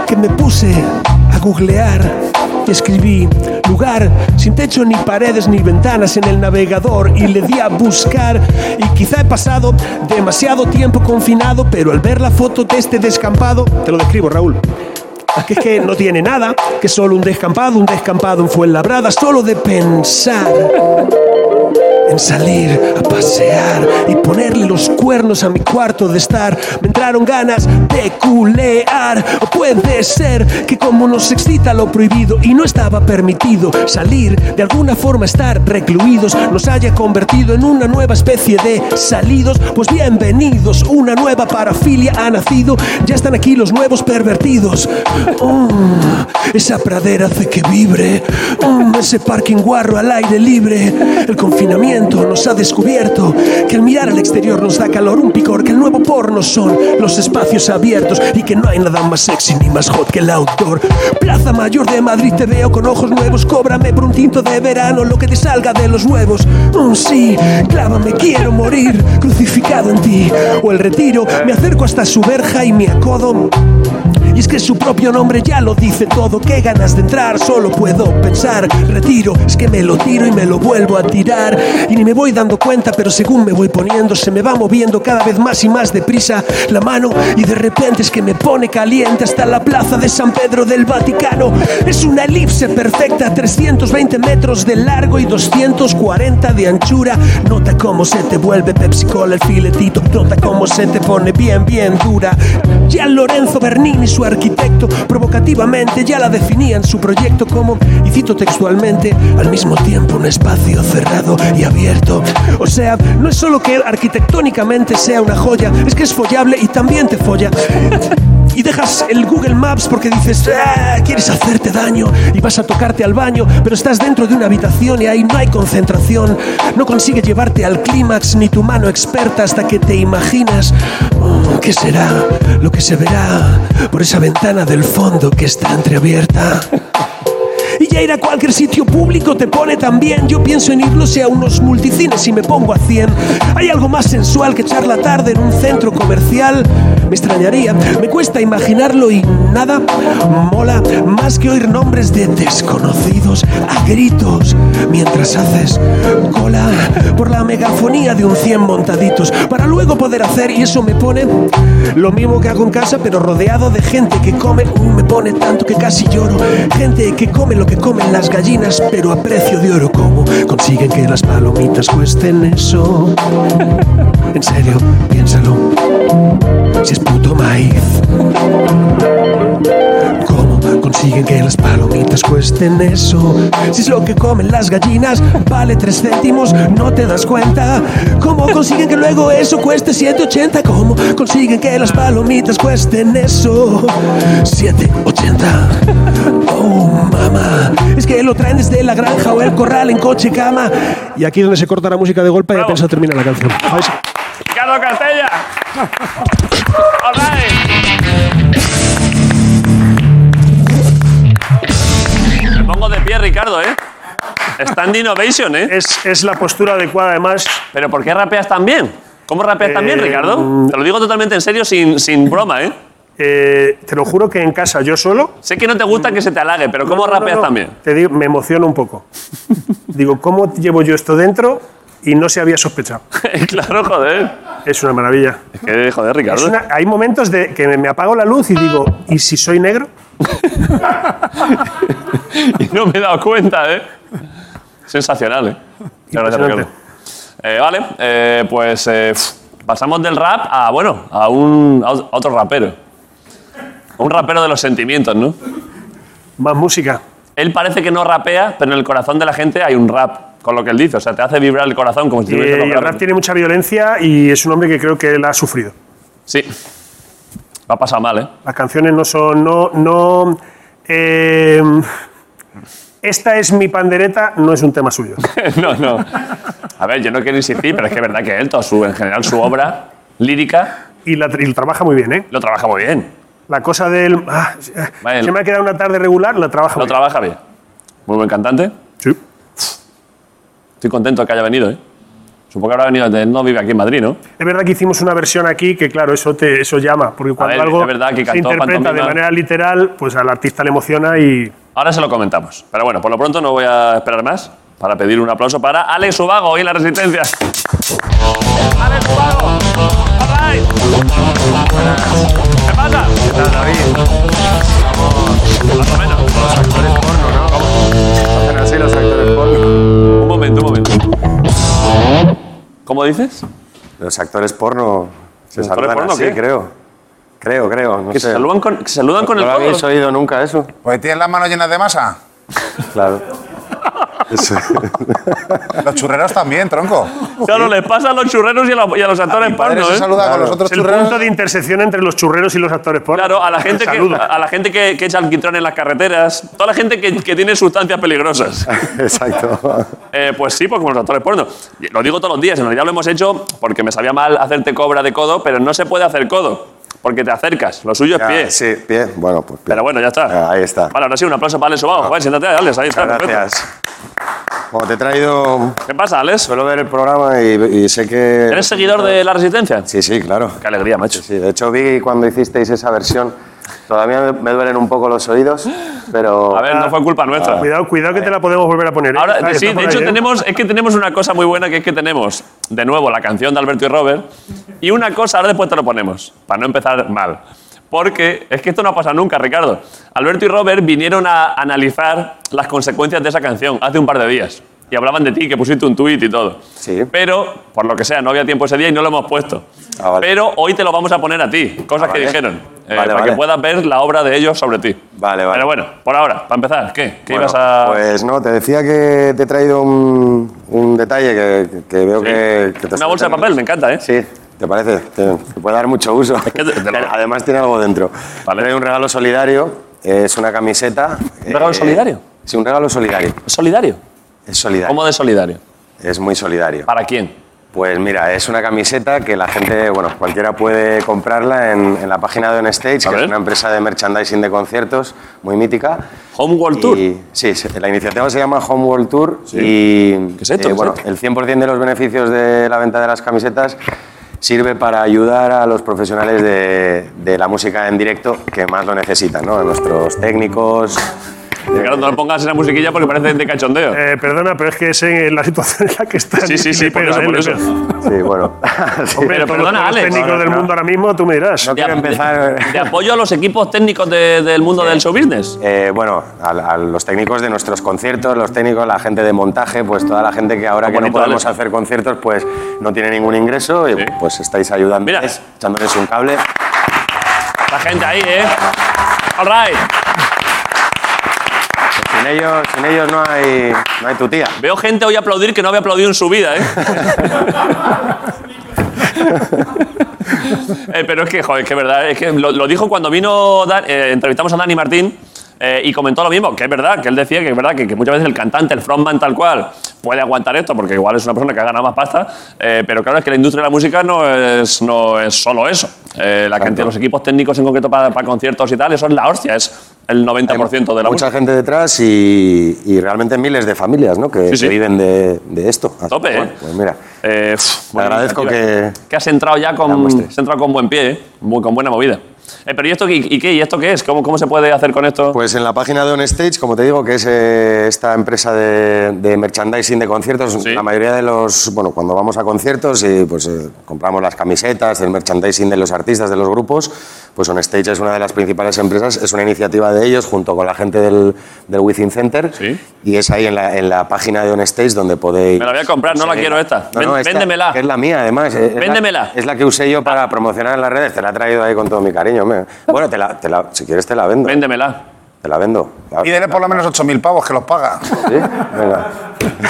J: que me puse a googlear y escribí lugar sin techo ni paredes ni ventanas en el navegador y le di a buscar y quizá he pasado demasiado tiempo confinado pero al ver la foto de este descampado te lo describo Raúl que es que no tiene nada que solo un descampado un descampado en Fuenlabrada solo de pensar en salir a pasear y ponerle los cuernos a mi cuarto de estar. Me entraron ganas de culear. O puede ser que como nos excita lo prohibido y no estaba permitido salir, de alguna forma estar recluidos nos haya convertido en una nueva especie de salidos. Pues bienvenidos, una nueva parafilia ha nacido. Ya están aquí los nuevos pervertidos. Mm, esa pradera hace que vibre. Mm, ese parking guarro al aire libre. El confinamiento nos ha descubierto que al mirar al exterior nos da calor, un picor, que el nuevo porno son los espacios abiertos y que no hay nada más sexy ni más hot que el outdoor. Plaza Mayor de Madrid te veo con ojos nuevos, cóbrame por un tinto de verano lo que te salga de los huevos. Mm, sí, clávame, quiero morir crucificado en ti. O el retiro, me acerco hasta su verja y me acodo. Y es que su propio nombre ya lo dice todo. Qué ganas de entrar, solo puedo pensar. Retiro, es que me lo tiro y me lo vuelvo a tirar. Y ni me voy dando cuenta, pero según me voy poniendo, se me va moviendo cada vez más y más deprisa la mano. Y de repente es que me pone caliente hasta la plaza de San Pedro del Vaticano. Es una elipse perfecta, 320 metros de largo y 240 de anchura. Nota cómo se te vuelve Pepsi Cola el filetito. Nota cómo se te pone bien, bien dura. Ya Lorenzo Bernini, su arquitecto, provocativamente ya la definía en su proyecto como, y cito textualmente, al mismo tiempo un espacio cerrado y abierto. O sea, no es solo que arquitectónicamente sea una joya, es que es follable y también te folla. Y dejas el Google Maps porque dices, "Ah, quieres hacerte daño y vas a tocarte al baño, pero estás dentro de una habitación y ahí no hay concentración. No consigue llevarte al clímax ni tu mano experta hasta que te imaginas "Mm, qué será lo que se verá por esa ventana del fondo que está entreabierta. Y ya ir a cualquier sitio público te pone también. Yo pienso en ir, no sé, a unos multicines y me pongo a 100. Hay algo más sensual que echar la tarde en un centro comercial. Me extrañaría, me cuesta imaginarlo y nada mola más que oír nombres de desconocidos a gritos mientras haces cola por la megafonía de un 100 montaditos para luego poder hacer, y eso me pone lo mismo que hago en casa, pero rodeado de gente que come, uh, me pone tanto que casi lloro. Gente que come lo que comen las gallinas, pero a precio de oro, como consiguen que las palomitas cuesten eso. en serio, piénsalo. Si es puto maíz. ¿Cómo consiguen que las palomitas cuesten eso? Si es lo que comen las gallinas, vale 3 céntimos, no te das cuenta. ¿Cómo consiguen que luego eso cueste 7,80? ¿Cómo consiguen que las palomitas cuesten eso? 7,80. Oh, mamá. Es que lo traen desde la granja o el corral en coche cama. Y aquí es donde se corta la música de golpe y apenas termina la canción. A ver si-
C: ¡Ricardo Castella! All right. Me pongo de pie, Ricardo, ¿eh? Stand Innovation, ¿eh?
I: Es, es la postura adecuada, además.
C: ¿Pero por qué rapeas tan bien? ¿Cómo rapeas tan bien,
I: Eh,
C: Ricardo? Te lo digo totalmente en serio, sin, sin broma, ¿eh?
I: eh, te lo juro que en casa, yo solo,
C: Sé que no te gusta que se te halague, pero ¿cómo
I: No, no, no,
C: rapeas
I: no.
C: tan bien?
I: Te digo, me emociono un poco. digo, ¿cómo llevo yo esto dentro? Y no se había sospechado.
C: claro, joder.
I: Es una maravilla.
C: Es que, joder,
I: Es
C: Ricardo.
I: una- hay momentos de que me apago la luz y digo, ¿y si soy negro?
C: Y no me he dado cuenta, ¿eh? Sensacional, ¿eh? Gracias,
I: Impresionante.
C: Ricardo. Eh, vale, eh, pues eh, pf, pasamos del rap a, bueno, a, un, a ot- a otro rapero. A Un rapero de los sentimientos, ¿no?
I: Más música.
C: Él parece que no rapea, pero en el corazón de la gente hay un rap con lo que él dice. O sea, te hace vibrar el corazón como si
I: Eh,
C: tuviese
I: y el rap tiene mucha violencia y es un hombre que creo que la ha sufrido.
C: Sí. Va a pasar mal, ¿eh?
I: Las canciones no son. No, no, eh, esta es mi pandereta, no es un tema suyo.
C: no, no. A ver, yo no quiero insistir, pero es que es verdad que él, todo su, en general, su obra lírica
I: Y, la, y lo trabaja muy bien, ¿eh?
C: lo trabaja muy bien.
I: La cosa del. ah,
C: Vale.
I: Se me ha quedado una tarde regular, la trabaja
C: Lo
I: muy bien.
C: trabaja bien. Muy buen cantante.
I: Sí.
C: Estoy contento que haya venido, ¿eh? Supongo que habrá venido desde no vive aquí en Madrid, ¿no?
I: Es verdad que hicimos una versión aquí que, claro, eso te eso llama, porque cuando
C: ver,
I: algo
C: es verdad que
I: se
C: cantó
I: interpreta de
C: pantomima.
I: manera literal, pues al artista le emociona y
C: Ahora se lo comentamos. Pero bueno, por lo pronto no voy a esperar más para pedir un aplauso para Alex Ubago y la Resistencia. ¡Alex Ubago! All right. ¿Qué pasa? ¿Qué tal, David? Más o menos. Los actores porno, ¿no? Hacen así los actores porno. Un momento, un momento. ¿Cómo dices?
K: Los actores porno se
C: ¿Los actores
K: saludan
C: porno
K: así,
C: qué?
K: creo. Creo, creo. No
C: Que se
K: sé.
C: saludan con, que se saludan con
K: ¿No
C: el
K: lo
C: codo.
K: habéis oído nunca eso?
E: Pues tienes las manos llenas de masa.
K: Claro. Eso.
E: Los churreros también, tronco.
C: Claro, les pasa a los churreros y a, la- y a los actores
E: Mi padre
C: porno,
E: se
C: ¿eh?
E: saluda con los otros
I: es el
E: churreros.
I: punto de intersección entre los churreros y los actores porno.
C: Claro, a la gente, que,
I: Saludo.
C: a la gente que, que echa alquitrón en las carreteras, toda la gente que, que tiene sustancias peligrosas.
K: Exacto.
C: Eh, pues sí, pues como los actores porno. Y Lo digo todos los días, en realidad lo hemos hecho porque me sabía mal hacerte cobra de codo, pero no se puede hacer codo, porque te acercas, lo suyo es
K: Ya,
C: pie.
K: Ah, Sí, pie. Bueno, pues pie.
C: Pero bueno, ya está.
K: Ah, ahí está. Ah.
C: Vale, ahora sí, un aplauso para Alex Ubago. Joder, siéntate, Alex, ahí está.
K: Muchas
C: perfecto.
K: gracias. Bueno, te he traído.
C: ¿Qué pasa, Alex?
K: Suelo ver el programa y, y sé que.
C: ¿Eres seguidor de La Resistencia?
K: Sí, sí, claro.
C: Qué alegría, macho.
K: Sí, de hecho vi cuando hicisteis esa versión Todavía me, me duelen un poco los oídos, pero...
C: A ver, no fue culpa
K: Ah.
C: nuestra.
I: Cuidado, cuidado que te la podemos volver a poner. ¿eh?
C: Ahora,
I: Está- está
C: sí, de
I: por
C: hecho
I: ahí, ¿eh?
C: tenemos, es que tenemos una cosa muy buena que es que tenemos, de nuevo, la canción de Alberto y Robert, y una cosa, ahora después te lo ponemos, para no empezar mal. Porque es que esto no ha pasado nunca, Ricardo. Alberto y Robert vinieron a analizar las consecuencias de esa canción hace un par de días. Y hablaban de ti, que pusiste un tuit y todo.
K: Sí.
C: Pero, por lo que sea, no había tiempo ese día y no lo hemos puesto.
K: Ah, vale.
C: Pero hoy te lo vamos a poner a ti, cosas
K: Ah,
C: que
K: vale.
C: dijeron. eh,
K: Vale,
C: para que
K: vale.
C: puedas ver la obra de ellos sobre ti.
K: Vale, vale.
C: Pero bueno, por ahora, para empezar, ¿qué? ¿Qué
K: Bueno,
C: ibas a...?
K: Pues no, te decía que te he traído un, un detalle que, que veo
C: Sí.
K: que, que te
C: Una bolsa de
K: saltan.
C: papel, me encanta, ¿eh?
K: Sí, ¿te parece? Te, te puede dar mucho uso.
C: que te- te lo-
K: Además tiene algo dentro.
C: Vale.
K: Trae un regalo solidario, eh, es una camiseta. eh,
C: ¿Un regalo solidario?
K: Sí, un regalo solidario.
C: ¿Solidario?
K: Es solidario.
C: ¿Cómo de solidario?
K: Es muy solidario.
C: ¿Para quién?
K: Pues mira, es una camiseta que la gente, bueno, cualquiera puede comprarla en, en la página de OnStage,
C: A
K: que
C: ver.
K: es una empresa de merchandising de conciertos muy mítica.
C: Home World
K: Y-
C: Tour.
K: Sí, se- la iniciativa se llama Home World Tour y
C: ¿Qué es esto?
K: eh,
C: ¿Qué es
K: bueno,
C: esto?
K: el 100% de los beneficios de la venta de las camisetas sirve para ayudar a los profesionales de, de la música en directo que más lo necesitan, ¿no? A nuestros técnicos.
C: Ricardo, no le pongas esa musiquilla porque parece de cachondeo.
I: Eh, perdona, pero es que es en la situación en la que está.
C: Sí, sí, sí, por
I: ¿eh?
C: eso, por eso.
K: Sí, bueno. Sí.
C: Pero perdona,
I: Los
C: Alex.
I: técnicos del mundo ahora mismo, tú me dirás.
K: No quiero
C: de-
K: empezar.
C: De apoyo a los equipos técnicos de- del mundo del show business.
K: Eh, bueno, a, a los técnicos de nuestros conciertos, los técnicos, la gente de montaje, pues toda la gente que ahora
C: Qué
K: que no
C: bonito,
K: podemos
C: Alex.
K: hacer conciertos, pues no tiene ningún ingreso y
C: ¿eh? Sí.
K: pues estáis ayudando,
C: Mira.
K: echándoles un cable.
C: La gente ahí, ¿eh? All right.
K: Sin ellos, sin ellos no hay, no hay tu tía.
C: Veo gente hoy aplaudir que no había aplaudido en su vida, ¿eh? Eh, pero es que, joder, es que es verdad, es que lo, lo dijo cuando vino, Dan- eh, entrevistamos a Dani Martín eh, y comentó lo mismo, que es verdad, que él decía que es verdad, que, que muchas veces el cantante, el frontman tal cual, puede aguantar esto, porque igual es una persona que ha ganado más pasta, eh, pero claro, es que la industria de la música no es, no es solo eso. Eh, la cantidad de los equipos técnicos en concreto para, para conciertos y tal, eso es la hostia, es el 90% de la
K: Mucha
C: música.
K: gente detrás y, y realmente miles de familias ¿no? que,
C: Sí, sí.
K: que viven de, de esto. Así
C: Tope,
K: que, bueno,
C: ¿eh?
K: Pues mira,
C: Eh, pf, buena
K: agradezco
C: iniciativa.
K: que-
C: has entrado ya
K: la
C: con,
K: muestres.
C: has entrado con buen pie, ¿eh? Muy- con buena movida. Eh, pero ¿y esto, qué- y, qué? ¿Y esto qué es? ¿Cómo, ¿Cómo se puede hacer con esto?
K: Pues en la página de OnStage, como te digo, que es eh, esta empresa de, de merchandising de conciertos,
C: Sí.
K: la mayoría de los, bueno, cuando vamos a conciertos y pues eh, compramos las camisetas, el merchandising de los artistas, de los grupos, pues OnStage es una de las principales empresas, es una iniciativa de ellos junto con la gente del, del Within Center
C: Sí.
K: y es ahí en la, en la página de OnStage donde podéis...
C: Me la voy a comprar, no la quiero esta.
K: No, no,
C: Ven-
K: esta,
C: véndemela.
K: que es la mía, además. eh, es la-
C: Véndemela.
K: Es la que usé yo para promocionar en las redes. Te la he traído ahí con todo mi cariño. hombre. Bueno, te la, te la- si quieres te la vendo.
C: Véndemela.
K: Te la vendo. La-
E: Y dele por lo menos 8.000 pavos que los paga.
K: ¿Sí? Venga.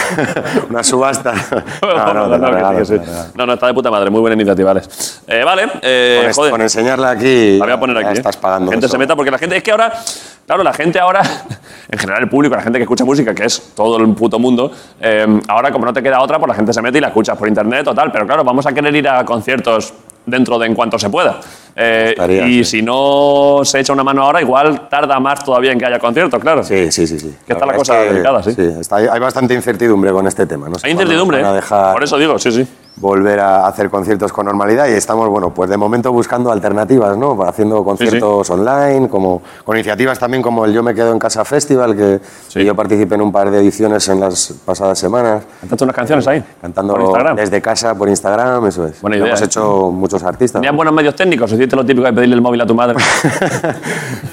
K: Una subasta. Ah, No, no, te la
C: Claro que
K: regalo,
C: sí, que
K: te
C: sí.
K: la regalo.
C: No, no, está de puta madre, muy buena iniciativa, Alex. Eh, vale, eh,
K: Con, es-
C: joder.
K: con enseñarla aquí.
C: La voy a poner
K: ya
C: aquí. ¿eh?
K: Estás pagando.
C: La gente
K: eso.
C: se meta porque la gente. Es que ahora. Claro, la gente ahora. En general, el público, la gente que escucha música, que es todo el puto mundo. eh, ahora, como no te queda otra, pues la gente se mete y la escuchas por internet o tal. Pero claro, vamos a querer ir a conciertos dentro de en cuanto se pueda. Eh,
K: Estaría,
C: y
K: sí.
C: si no se echa una mano ahora, igual tarda más todavía en que haya conciertos, claro.
K: Sí, sí, sí. sí.
C: Que está la
K: verdad
C: cosa
K: es que-
C: delicada, sí.
K: está- hay bastante incertidumbre con este tema. No sé
C: Hay
K: cuándo nos
C: incertidumbre.
K: van a
C: ¿eh?
K: dejar
C: Por eso digo, sí, sí.
K: volver a hacer conciertos con normalidad y estamos, bueno, pues de momento buscando alternativas, ¿no? Haciendo conciertos online, como, con iniciativas también como el Yo me quedo en casa festival, que que yo participé en un par de ediciones en las pasadas semanas.
C: Cantaste unas canciones ahí.
K: Cantando
C: Por Instagram.
K: desde casa por Instagram, eso es.
C: Buena
K: Lo
C: idea,
K: hemos
C: ¿eh?
K: hecho muchos artistas.
C: ¿Tenías buenos medios técnicos? ¿O hiciste lo típico de pedirle el móvil a tu madre?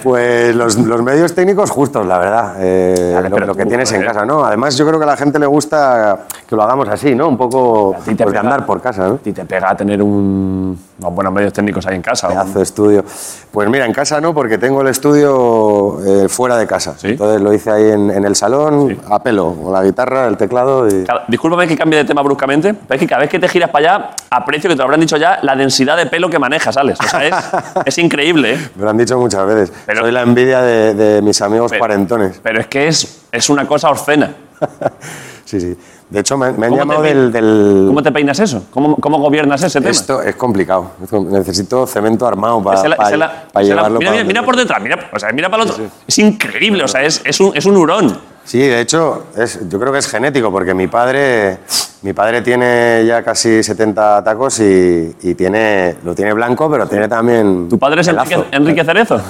K: Pues los, los medios técnicos justos, la verdad. eh,
C: Vale,
K: lo,
C: pero
K: lo que
C: tú,
K: tienes en
C: joder.
K: casa, ¿no? Además, yo creo que a la gente le gusta que lo hagamos así, ¿no? Un poco
C: ti te
K: pues, de
C: pega.
K: andar por casa, ¿no?
C: ¿Y te pega tener un, unos buenos medios técnicos ahí en casa? o un-
K: Pedazo de estudio. Pues mira, en casa no, porque tengo el estudio eh, fuera de casa.
C: ¿Sí?
K: Entonces lo hice ahí en, en el salón, a pelo, con la guitarra, el teclado y.
C: Claro, discúlpame que cambie de tema bruscamente, pero es que cada vez que te giras para allá, aprecio que te lo habrán dicho ya, la densidad de pelo que manejas, Alex. O sea, es, es increíble, ¿eh?
K: Me lo han dicho muchas veces.
C: Pero-
K: Soy la envidia de, de mis amigos
C: Pero-
K: cuarentones.
C: Pero es que es, es una cosa obscena.
K: Sí, sí. De hecho, me, han- me han
C: ¿Cómo te
K: llamado
C: pe-
K: del. del-
C: ¿Cómo te peinas eso? ¿Cómo, cómo gobiernas ese tema?
K: Esto es complicado. Esto- Necesito cemento armado para,
C: Esa la- esa la- esa la-
K: llevarlo.
C: mira,
K: para
C: mira, mira por detrás, mira, o sea, mira para el otro. Es increíble, o sea, es, es un, es un hurón.
K: Sí, de hecho, es, yo creo que es genético, porque mi padre Mi padre tiene ya casi 70 tacos y, y tiene, lo tiene blanco, pero tiene también. ¿Tu
C: padre es Enrique, Enrique Cerezo?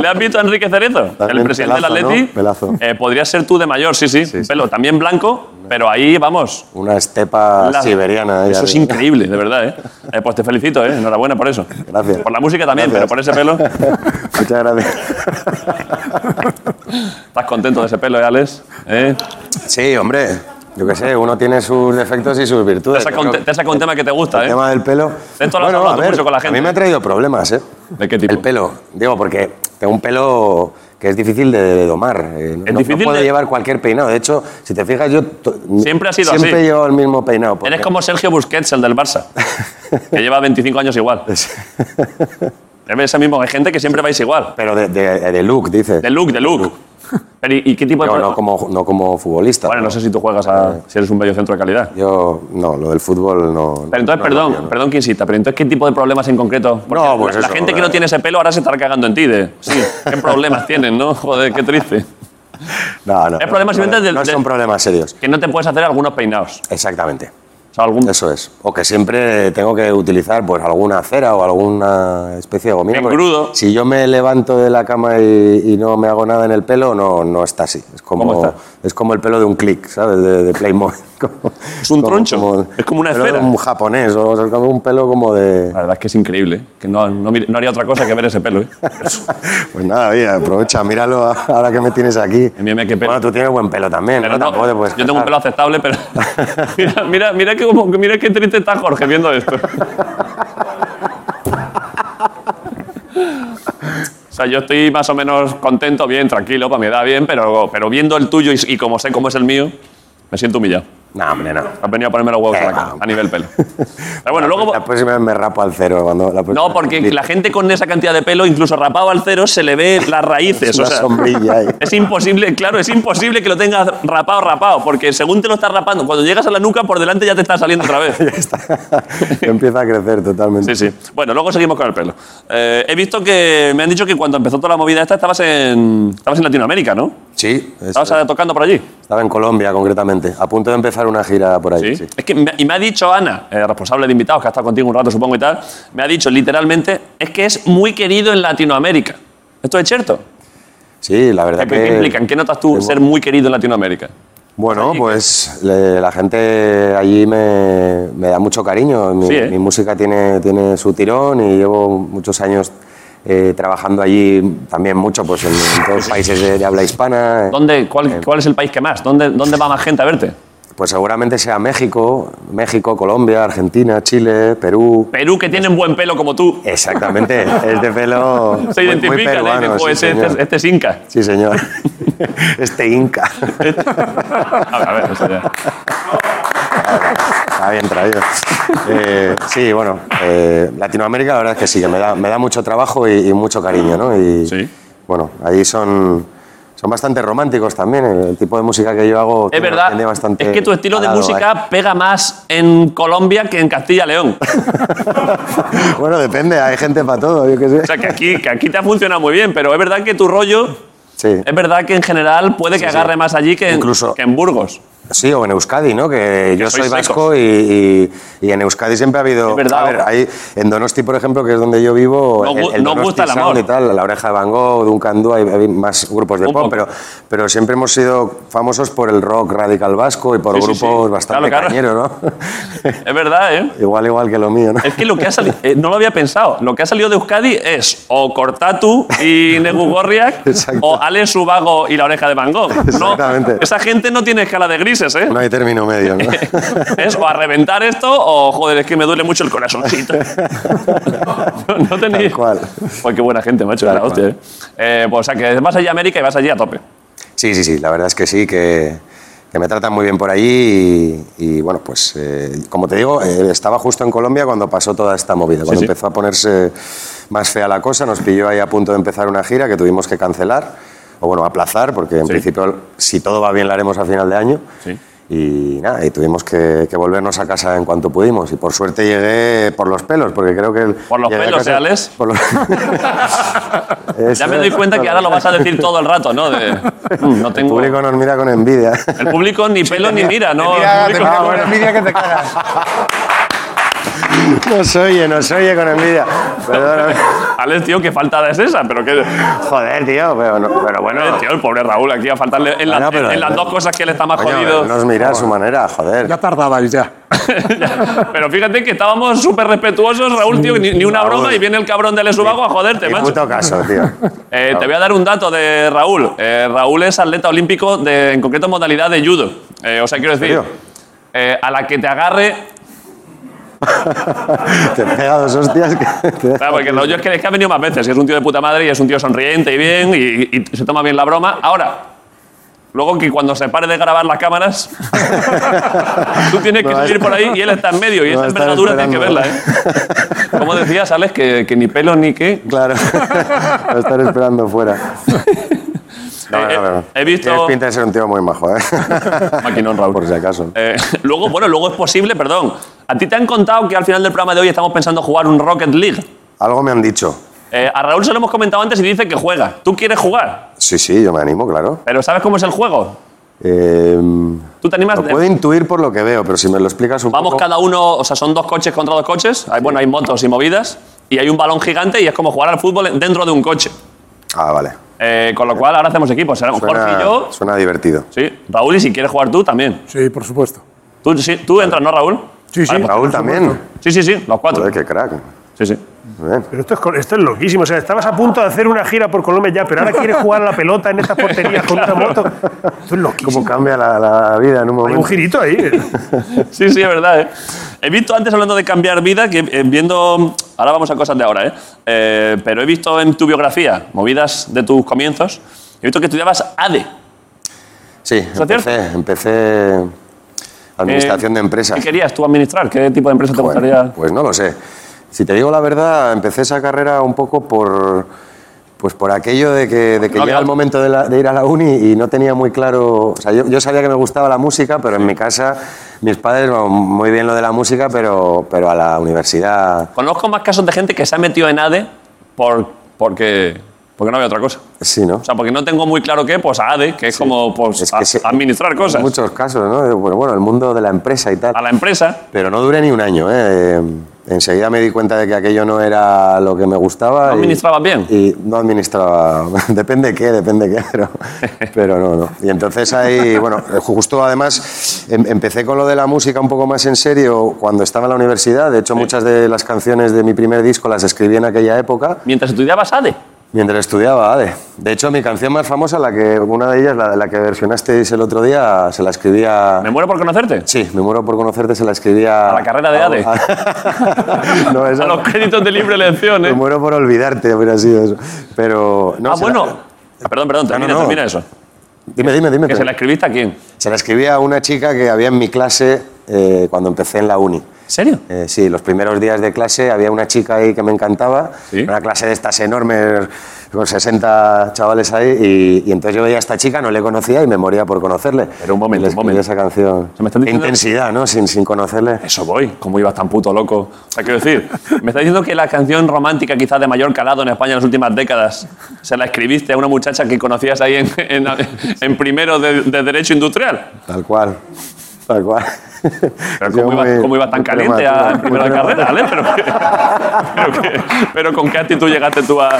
C: ¿Le has visto a Enrique Cerezo?
K: También
C: el presidente
K: pelazo,
C: del Atleti.
K: ¿no? Pelazo.
C: Eh, podrías ser tú de mayor, sí, sí. Pelo también blanco, pero ahí vamos.
K: Una estepa
C: La-
K: siberiana. ahí
C: Eso es
K: arriba.
C: increíble, de verdad, ¿eh? Eh, Pues te felicito, ¿eh? Enhorabuena por eso.
K: Gracias.
C: Por la música también, pero por ese pelo.
K: Muchas gracias.
C: ¿Estás contento de ese pelo, eh, Alex? ¿Eh?
K: Sí, hombre. Yo qué sé, uno tiene sus defectos y sus
C: Te
K: virtudes.
C: has sacado un te- te has sacado un tema que te gusta,
K: El
C: ¿eh?
K: tema del pelo.
C: Esto lo has hablado tú mucho con la gente,
K: A mí me ha traído problemas, ¿eh?
C: ¿De qué tipo?
K: El pelo. Digo, porque tengo un pelo que es difícil de, de domar. eh, no- no,
C: difícil
K: puedo
C: de-
K: llevar cualquier peinado. De hecho, si te fijas, yo. to-
C: Siempre ha sido
K: siempre
C: así.
K: he llevado el mismo peinado. porque-
C: Eres como Sergio Busquets, el del Barça, que lleva 25 años igual. Es el mismo, hay gente que siempre vais igual.
K: Pero de, de- de look, dice.
C: De look, de look. Pero ¿y, y qué tipo de
K: No,
C: pelo?
K: no como, no como futbolista.
C: Bueno, no sé si tú juegas a. si eres un bello centro de calidad.
K: Yo, no, lo del fútbol no.
C: Pero entonces,
K: no,
C: perdón,
K: no, no.
C: perdón que insista, pero entonces, ¿qué tipo de problemas en concreto? Porque
K: No, pues
C: la, la
K: eso,
C: gente que
K: la-
C: no tiene ese pelo ahora se estará cagando en ti. De, sí, ¿qué problemas tienen, no? Joder, qué triste.
K: No, no.
C: Es problema simplemente del-
K: No
C: del-
K: son problemas serios.
C: Que no te puedes hacer algunos peinados.
K: Exactamente.
C: O sea, algún.
K: Eso es. O que siempre tengo que utilizar pues alguna cera o alguna especie de gomina. porque
C: Engrudo.
K: Si yo me levanto de la cama y, y no me hago nada en el pelo, no, no está así. Es
C: ¿Cómo
K: como,
C: está?
K: es como el pelo de un click, ¿sabes? De, de Playmobil. Como-
C: Es un
K: como-
C: troncho. Es como una
K: pelo de
C: esfera.
K: un japonés o sea, como un pelo como de...
C: La verdad es que es increíble, ¿eh? que no, no mir- no haría otra cosa que ver ese pelo. ¿eh?
K: Pues nada, oye, aprovecha, míralo a- ahora que me tienes aquí.
C: Mira, mira qué pelo.
K: Bueno, tú tienes buen pelo también,
C: Pero
K: ¿no?
C: no,
K: Tampoco te puedes
C: yo tengo un pelo
K: quejar.
C: aceptable, pero. Mira, mira, mira, qué, como- mira qué triste está Jorge viendo esto. o sea, yo estoy más o menos contento, bien, tranquilo, para mi edad, bien, pero, pero viendo el tuyo y, y como sé cómo es el mío, me siento humillado.
K: No, hombre, no.
C: Has venido a ponerme los huevos
K: Eh,
C: a la cara,
K: no.
C: a nivel pelo. Pero bueno, luego.
K: La próxima me rapo al cero. Cuando la próxima-
C: No, porque la gente con esa cantidad de pelo, incluso rapado al cero, se le ve las raíces.
K: Una
C: o sea,
K: sombrilla ahí.
C: Es imposible, claro, es imposible que lo tengas rapado, rapado, porque según te lo estás rapando, cuando llegas a la nuca, por delante ya te está saliendo otra vez.
K: Empieza a crecer totalmente.
C: Sí, sí. Bueno, luego seguimos con el pelo. Eh, he visto que me han dicho que cuando empezó toda la movida esta estabas en, estabas en Latinoamérica, ¿no?
K: Sí, eso
C: Estabas eh, tocando por allí.
K: Estaba en Colombia, concretamente, a punto de empezar una gira por ahí.
C: Sí.
K: sí.
C: Es que me, y me ha dicho Ana, eh, responsable de invitados, que ha estado contigo un rato, supongo y tal, me ha dicho literalmente, es que es muy querido en Latinoamérica. ¿Esto es cierto?
K: Sí, la verdad
C: ¿Qué,
K: que...
C: qué implica? ¿En qué notas tú
K: tengo-
C: ser muy querido en Latinoamérica?
K: Bueno,
C: allí?
K: pues le- la gente allí me, me da mucho cariño. Mi,
C: Sí, ¿eh?
K: mi música tiene, tiene su tirón y llevo muchos años eh, trabajando allí también mucho pues en, en todos los países de, de habla hispana.
C: ¿Dónde, cuál,
K: Eh.
C: cuál es el país que más? ¿Dónde, ¿Dónde va más gente a verte?
K: Pues seguramente sea México, México, Colombia, Argentina, Chile, Perú.
C: Perú, que tienen buen pelo como tú.
K: Exactamente, es de pelo
C: Se
K: muy- muy,
C: identifican, ¿eh?
K: peruano. sí,
C: Dicen, "Joder, este,
K: señor.
C: este- este es Inca.
K: Sí, señor. Este Inca.
C: A ver, a ver, o sea, ya.
K: Está bien traído. Eh, sí, bueno, eh, Latinoamérica la verdad es que sí, que me da, me da mucho trabajo y, y mucho cariño, ¿no? Y,
C: Sí.
K: Bueno, ahí son, son bastante románticos también, el tipo de música que yo hago.
C: Es
K: tiene-
C: verdad,
K: tiene bastante eh.
C: es que tu estilo de
K: calado,
C: música pega más en Colombia que en Castilla y León.
K: ¿eh? Bueno, depende, hay gente para todo, yo qué sé.
C: O sea, que aquí, que aquí te ha funcionado muy bien, pero es verdad que tu rollo,
K: Sí.
C: es verdad que en general puede que agarre más allí que en,
K: Incluso-
C: que en Burgos.
K: Sí, o en Euskadi, ¿no? Que yo
C: sois
K: soy
C: secos.
K: vasco y, y- y en Euskadi siempre ha habido.
C: Es verdad.
K: A ver, ahí, en Donosti, por ejemplo, que es donde yo vivo,
C: No gu-
K: el, el
C: no
K: Donosti
C: gusta el
K: Sound
C: amor.
K: y tal, la oreja de Van Gogh, Duncan Du, hay, hay más grupos de
C: Un
K: pop,
C: poco.
K: pero, pero siempre hemos sido famosos por el rock radical vasco y por
C: Sí, sí,
K: grupos
C: sí.
K: bastante
C: Claro, claro.
K: cañeros, ¿no?
C: Es verdad, ¿eh?
K: igual, igual que lo mío, ¿no?
C: Es que lo que ha salido, eh, no lo había pensado, lo que ha salido de Euskadi es o Cortatu y Negu Gorriak
K: Exacto.
C: o Alex Subago y la oreja de Van Gogh. No,
K: Exactamente.
C: esa gente no tiene escala de grises, ¿eh?
K: No hay término medio, ¿no?
C: es o a reventar esto o joder, es que me duele mucho el corazoncito. no, no tenéis.
K: Tal cual.
C: Pues qué buena gente, macho, la hostia, ¿eh? Eh, pues, o sea, que vas allí a América y vas allí a tope.
K: Sí, sí, sí, la verdad es que sí, que, que me tratan muy bien por allí y, y, bueno, pues eh, como te digo, eh, estaba justo en Colombia cuando pasó toda esta movida, cuando
C: sí.
K: empezó a ponerse más fea la cosa, nos pilló ahí a punto de empezar una gira que tuvimos que cancelar, o bueno, aplazar, porque en
C: Sí.
K: principio, si todo va bien, la haremos a final de año.
C: Sí.
K: Y nada, y tuvimos que, que volvernos a casa en cuanto pudimos. Y por suerte llegué por los pelos, porque creo que...
C: Por los pelos, ¿eh, Alex?
K: Por los...
C: Ya me doy cuenta que ahora lo vas a decir todo el rato, ¿no? De, mm, no
K: El
C: tengo.
K: público nos mira con envidia.
C: El público ni pelo ni mira, ¿no?
K: tenía-
C: El público-
K: tenía
C: Ah,
K: buena
C: bueno.
K: envidia que te cagas. Nos oye, nos oye con envidia. Perdóname.
C: Alex, tío, qué faltada es esa, pero que.
K: Joder, tío, pero, no- pero bueno.
C: Eh, tío, el pobre Raúl aquí a faltarle en, la-
K: Bueno, pero-
C: en las dos cosas que él está más
K: Coño,
C: jodido.
K: nos mira a su manera, joder.
D: Ya tardabais ya.
C: Pero fíjate que estábamos súper respetuosos, Raúl, tío, ni, ni una
K: Raúl.
C: broma y viene el cabrón de Lesubago a joderte,
K: Qué
C: macho.
K: puto caso, tío.
C: Eh, te voy a dar un dato de Raúl. Eh, Raúl es atleta olímpico de, en concreto modalidad de judo. Eh, o sea, quiero decir,
K: serio?
C: eh, a la que te agarre.
K: Te pega dos hostias que te-
C: Claro, porque Raúl es que, es que ha venido más veces. y Es un tío de puta madre y es un tío sonriente y bien y, y se toma bien la broma. Ahora, luego que cuando se pare de grabar las cámaras, tú tienes que
K: No,
C: salir por ahí y él está en medio y
K: no,
C: esa
K: está
C: envergadura tienes que
K: esperando.
C: verla, ¿eh? Como decías, Alex, que, que ni pelo ni qué.
K: Claro. Va a estar esperando fuera. No,
C: Eh,
K: no, no, no.
C: he visto-
K: Tienes pinta de ser un tío muy majo, ¿eh?
C: Maquinón, Raúl.
K: Por si acaso.
C: Eh, luego, bueno, luego es posible, perdón. A ti te han contado que al final del programa de hoy estamos pensando jugar un Rocket League.
K: Algo me han dicho.
C: Eh, a Raúl se lo hemos comentado antes y dice que juega. Tú quieres jugar,
K: Sí, sí, yo me animo, claro.
C: pero ¿sabes cómo es el juego?
K: Eh,
C: Tú te animas.
K: Lo
C: de-
K: puedo intuir por lo que veo, pero si me lo explicas un
C: Vamos
K: poco.
C: cada uno, o sea, son dos coches contra dos coches. Hay, bueno, hay motos y movidas. Y hay un balón gigante y es como jugar al fútbol dentro de un coche.
K: Ah, vale.
C: Eh, con lo cual ahora hacemos equipos. Será Jorge y yo.
K: Suena, suena divertido.
C: Sí, Raúl, y si quieres jugar tú también.
D: Sí, por supuesto.
C: Tú, sí, tú entras, ¿no, Raúl?
D: Sí, sí.
K: Raúl también.
C: Sí, sí, sí, los cuatro.
K: Joder, qué crack.
C: Sí, sí.
K: Bien.
I: Pero esto es, co- esto es loquísimo. O sea, estabas a punto de hacer una gira por Colombia ya, pero ahora quieres jugar a la pelota en estas porterías con una moto. Esto es
K: ¿Cómo
I: loquísimo.
K: cambia la, la vida en un
I: Hay un
K: momento?
I: girito ahí.
C: Sí, sí, es verdad. ¿eh? He visto antes hablando de cambiar vida, que eh, viendo. Ahora vamos a cosas de ahora, ¿eh? Eh, Pero he visto en tu biografía, movidas de tus comienzos, he visto que estudiabas E. ADE.
K: Sí,
C: ¿Está cierto?
K: empecé, empecé administración
C: Eh,
K: de empresas.
C: ¿Qué querías tú administrar? ¿Qué tipo de empresa te
K: Bueno,
C: gustaría?
K: pues no lo sé. Si te digo la verdad, empecé esa carrera un poco por, pues por aquello de que, de que
C: No
K: llega
C: había-
K: el momento de, la- de ir a la uni y no tenía muy claro. O sea, yo, yo sabía que me gustaba la música, pero en mi casa mis padres, bueno, muy bien lo de la música, pero, pero a la universidad.
C: Conozco más casos de gente que se ha metido en ADE por, porque, porque no había otra cosa.
K: Sí, ¿no?
C: O sea, porque no tengo muy claro qué, pues ADE, que es como pues,
K: Es que
C: a-
K: se-
C: administrar cosas.
K: En muchos casos, ¿no? De- Bueno, bueno, el mundo de la empresa y tal.
C: A la empresa.
K: Pero no duré ni un año, ¿eh? Enseguida me di cuenta de que aquello no era lo que me gustaba.
C: ¿No
K: y-
C: administrabas bien?
K: Y no administraba. Depende qué, depende qué, pero, pero no, no. Y entonces ahí, bueno, justo además em- empecé con lo de la música un poco más en serio cuando estaba en la universidad. De hecho, muchas de las canciones de mi primer disco las escribí en aquella época.
C: Mientras estudiabas E. ADE.
K: Mientras estudiaba ADE. De hecho, mi canción más famosa, la que, una de ellas, la, la que versionasteis el otro día, se la escribía...
C: Me muero por conocerte.
K: Sí, me muero por conocerte, se la escribía...
C: A la carrera de ADE.
K: no, esa
C: A
K: no.
C: los créditos de libre elección, ¿eh?
K: Me muero por olvidarte, hubiera sido eso. Pero... No,
C: ah,
K: se la-
C: bueno. Ah, Perdón, perdón, termina,
K: no.
C: termina eso.
K: Dime, dime, dime.
C: ¿Que
K: pero-
C: se la escribiste a quién? ¿En
K: se la escribía a una chica que había en mi clase eh, cuando empecé en la uni.
C: serio?
K: Eh, sí, los primeros días de clase había una chica ahí que me encantaba,
C: ¿Sí?
K: una clase de estas enormes, con 60 chavales ahí, y, y entonces yo veía a esta chica, no le conocía y me moría por conocerle.
C: Pero un momento,
K: Le
C: un
K: escribí
C: momento.
K: esa canción.
C: Se me están
K: Qué
C: diciendo-
K: intensidad, ¿no? Sin, sin conocerle.
C: Eso voy, como ibas tan puto loco. O sea, quiero decir, me está diciendo que la canción romántica quizás de mayor calado en España en las últimas décadas se la escribiste a una muchacha que conocías ahí en, en- en primero de, de Derecho Industrial.
K: Tal cual. Tal cual.
C: Pero
K: Yo
C: ¿cómo, ibas,
K: muy-
C: cómo ibas tan
K: muy
C: caliente a,
K: prematuro,
C: en
K: muy
C: primero de
K: prematuro.
C: carrera, ¿vale? Pero, que- pero que- pero con qué actitud llegaste tú a...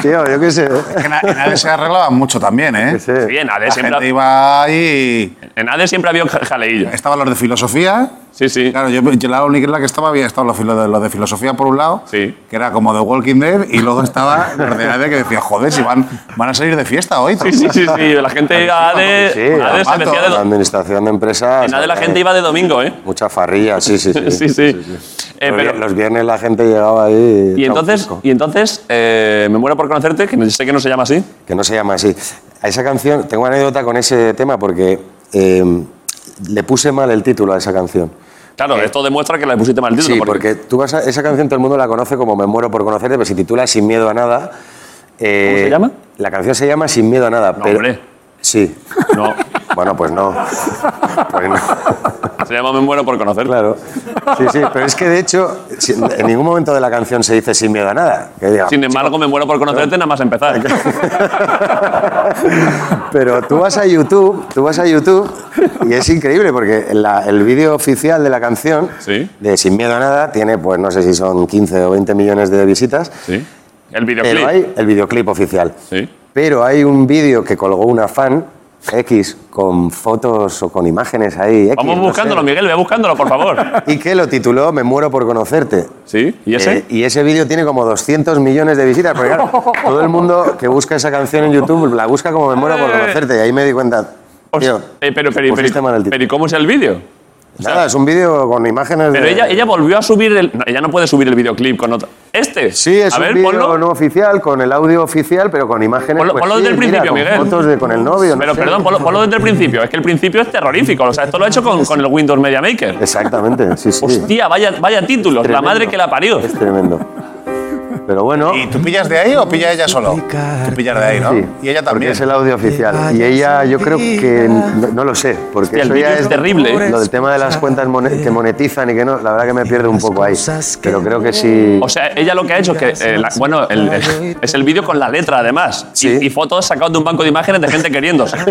K: Tío, yo qué sé.
E: En A- en ADE se arreglaban mucho también, ¿eh?
K: Qué sé.
C: Bien, ADE
E: La gente
C: siempre,
E: iba ahí
C: en ADE siempre había un ja-
E: y
C: jaleillo.
E: estaban los de filosofía.
C: Sí, sí.
E: Claro, yo, yo la única en la que estaba había estado los, filo- los de filosofía por un lado,
C: Sí.
E: que era como The Walking Dead, y luego estaba los de ADE que decía, joder, si van, van a salir de fiesta hoy.
C: Sí, sí, sí, sí. La gente iba Eh, a ADE,
K: Sí,
C: ADE se
E: Amato,
C: metía de...
K: La
C: do-
K: administración de empresas.
C: En ADE la
K: eh,
C: gente iba de domingo, ¿eh?
K: Mucha farrilla, sí, sí, sí.
C: Sí, sí. Eh,
K: Los
C: pero-
K: vi- Los viernes la gente llegaba ahí.
C: Y entonces,
K: chao,
C: y entonces eh, me muero por conocerte, que sé que no se llama así.
K: que no se llama así. A esa canción, tengo anécdota con ese tema porque eh, le puse mal el título a esa canción.
C: Claro, esto demuestra que le pusiste mal el título.
K: Sí, porque tú vas a- esa canción todo el mundo la conoce como Me muero por conocerte, pero se titula Sin miedo a nada. Eh,
C: se llama?
K: La canción se llama Sin miedo a nada.
C: No,
K: pero,
C: hombre.
K: Sí.
C: No,
K: Bueno, pues no. Pues no.
C: Se llama Me muero por conocer.
K: Claro. Sí, sí, pero es que de hecho, si- en ningún momento de la canción se dice sin miedo a nada. Que diga,
C: Sin embargo, me muero por conocerte nada más empezar.
K: Pero tú vas a YouTube, tú vas a YouTube y es increíble porque la- el vídeo oficial de la canción de Sin Miedo a Nada tiene, pues no sé si son 15 o 20 millones de visitas.
C: Sí. El
K: Pero
C: videoclip.
K: hay el videoclip oficial.
C: Sí.
K: Pero hay un vídeo que colgó una fan X con fotos o con imágenes ahí. X,
C: Vamos
K: no sé.
C: buscándolo, Miguel, ve buscándolo, por favor.
K: Y que lo tituló Me muero por conocerte. Eh,
C: Sí, ¿y ese?
K: y ese vídeo tiene como 200 millones de visitas. Porque claro, todo el mundo que busca esa canción en YouTube la busca como Me muero por conocerte. Y ahí me di cuenta. tío,
C: Eh, pero, pero, pero,
K: pusiste mal el título.
C: pero, ¿y cómo es el vídeo?
K: Nada, es un vídeo con imágenes
C: Pero
K: de.
C: ella, ella volvió a subir el. no, ella no puede subir el videoclip con otro. ¿Este?
K: Sí, es
C: a ver,
K: un vídeo
C: ponlo.
K: no oficial, con el audio oficial, pero con imágenes.
C: Ponlo,
K: pues
C: ponlo
K: sí,
C: desde el
K: mira,
C: principio,
K: con
C: Miguel.
K: Fotos de, con el novio. no
C: Pero
K: sé.
C: perdón, ponlo, ponlo desde el principio. Es que el principio es terrorífico. O sea, esto lo he hecho con, con el Windows Media Maker.
K: Exactamente, sí, sí.
C: Hostia, vaya, vaya títulos. La
K: Tremendo.
C: madre que la parió.
K: Es tremendo. Pero bueno.
E: ¿Y tú pillas de ahí o pilla ella solo? Tú pillas de ahí, ¿no?
K: Sí,
E: y ella
K: Porque
E: también.
K: es el audio oficial. Y ella, yo creo que. No, no lo sé, porque
C: Hostia, el
K: eso
C: vídeo
K: ya
C: es
K: es.
C: terrible, ¿eh?
K: Lo del tema de las cuentas mone- que monetizan y que no. La verdad que me pierdo un poco ahí. Pero creo que sí.
C: O sea, ella lo que ha hecho es que. eh, la- bueno, el- el- es el vídeo con la letra, además. Y- Y, fotos sacadas de un banco de imágenes de gente queriéndose.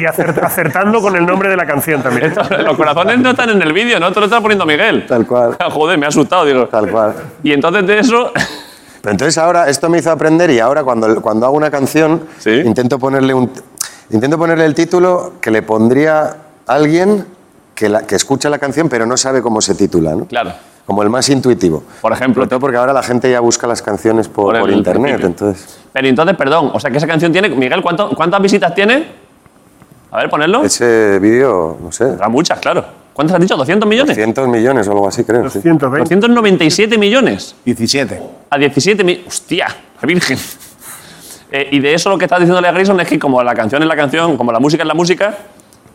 I: Y acer- acertando con el nombre de la canción también.
C: Los corazones no están en el vídeo, ¿no? Te lo está poniendo Miguel.
K: Tal cual.
C: Joder, me ha asustado, digo.
K: Tal cual.
C: Y entonces de eso.
K: Pero entonces ahora, esto me hizo aprender y ahora cuando, cuando hago una canción, intento, ponerle un, intento ponerle el título que le pondría alguien que, la- que escucha la canción pero no sabe cómo se titula, ¿no?
C: Claro.
K: Como el más intuitivo.
C: Por ejemplo.
K: Sobre todo porque ahora la gente ya busca las canciones por,
C: Por el
K: por internet,
C: principio.
K: entonces...
C: Pero entonces, perdón, o sea que esa canción tiene. Miguel, ¿cuánto- ¿cuántas visitas tiene? A ver, ponerlo.
K: Ese vídeo, no sé,
C: Habrá muchas, claro. ¿Cuántas has dicho? ¿200 millones?
K: 200 millones o algo así, creo. sí.
I: 120.
C: 297 millones.
E: 17.
C: A 17 millones. ¡Hostia! La Virgen. Eh, y de eso lo que estás diciéndole a Grayson es que como la canción es la canción, como la música es la música,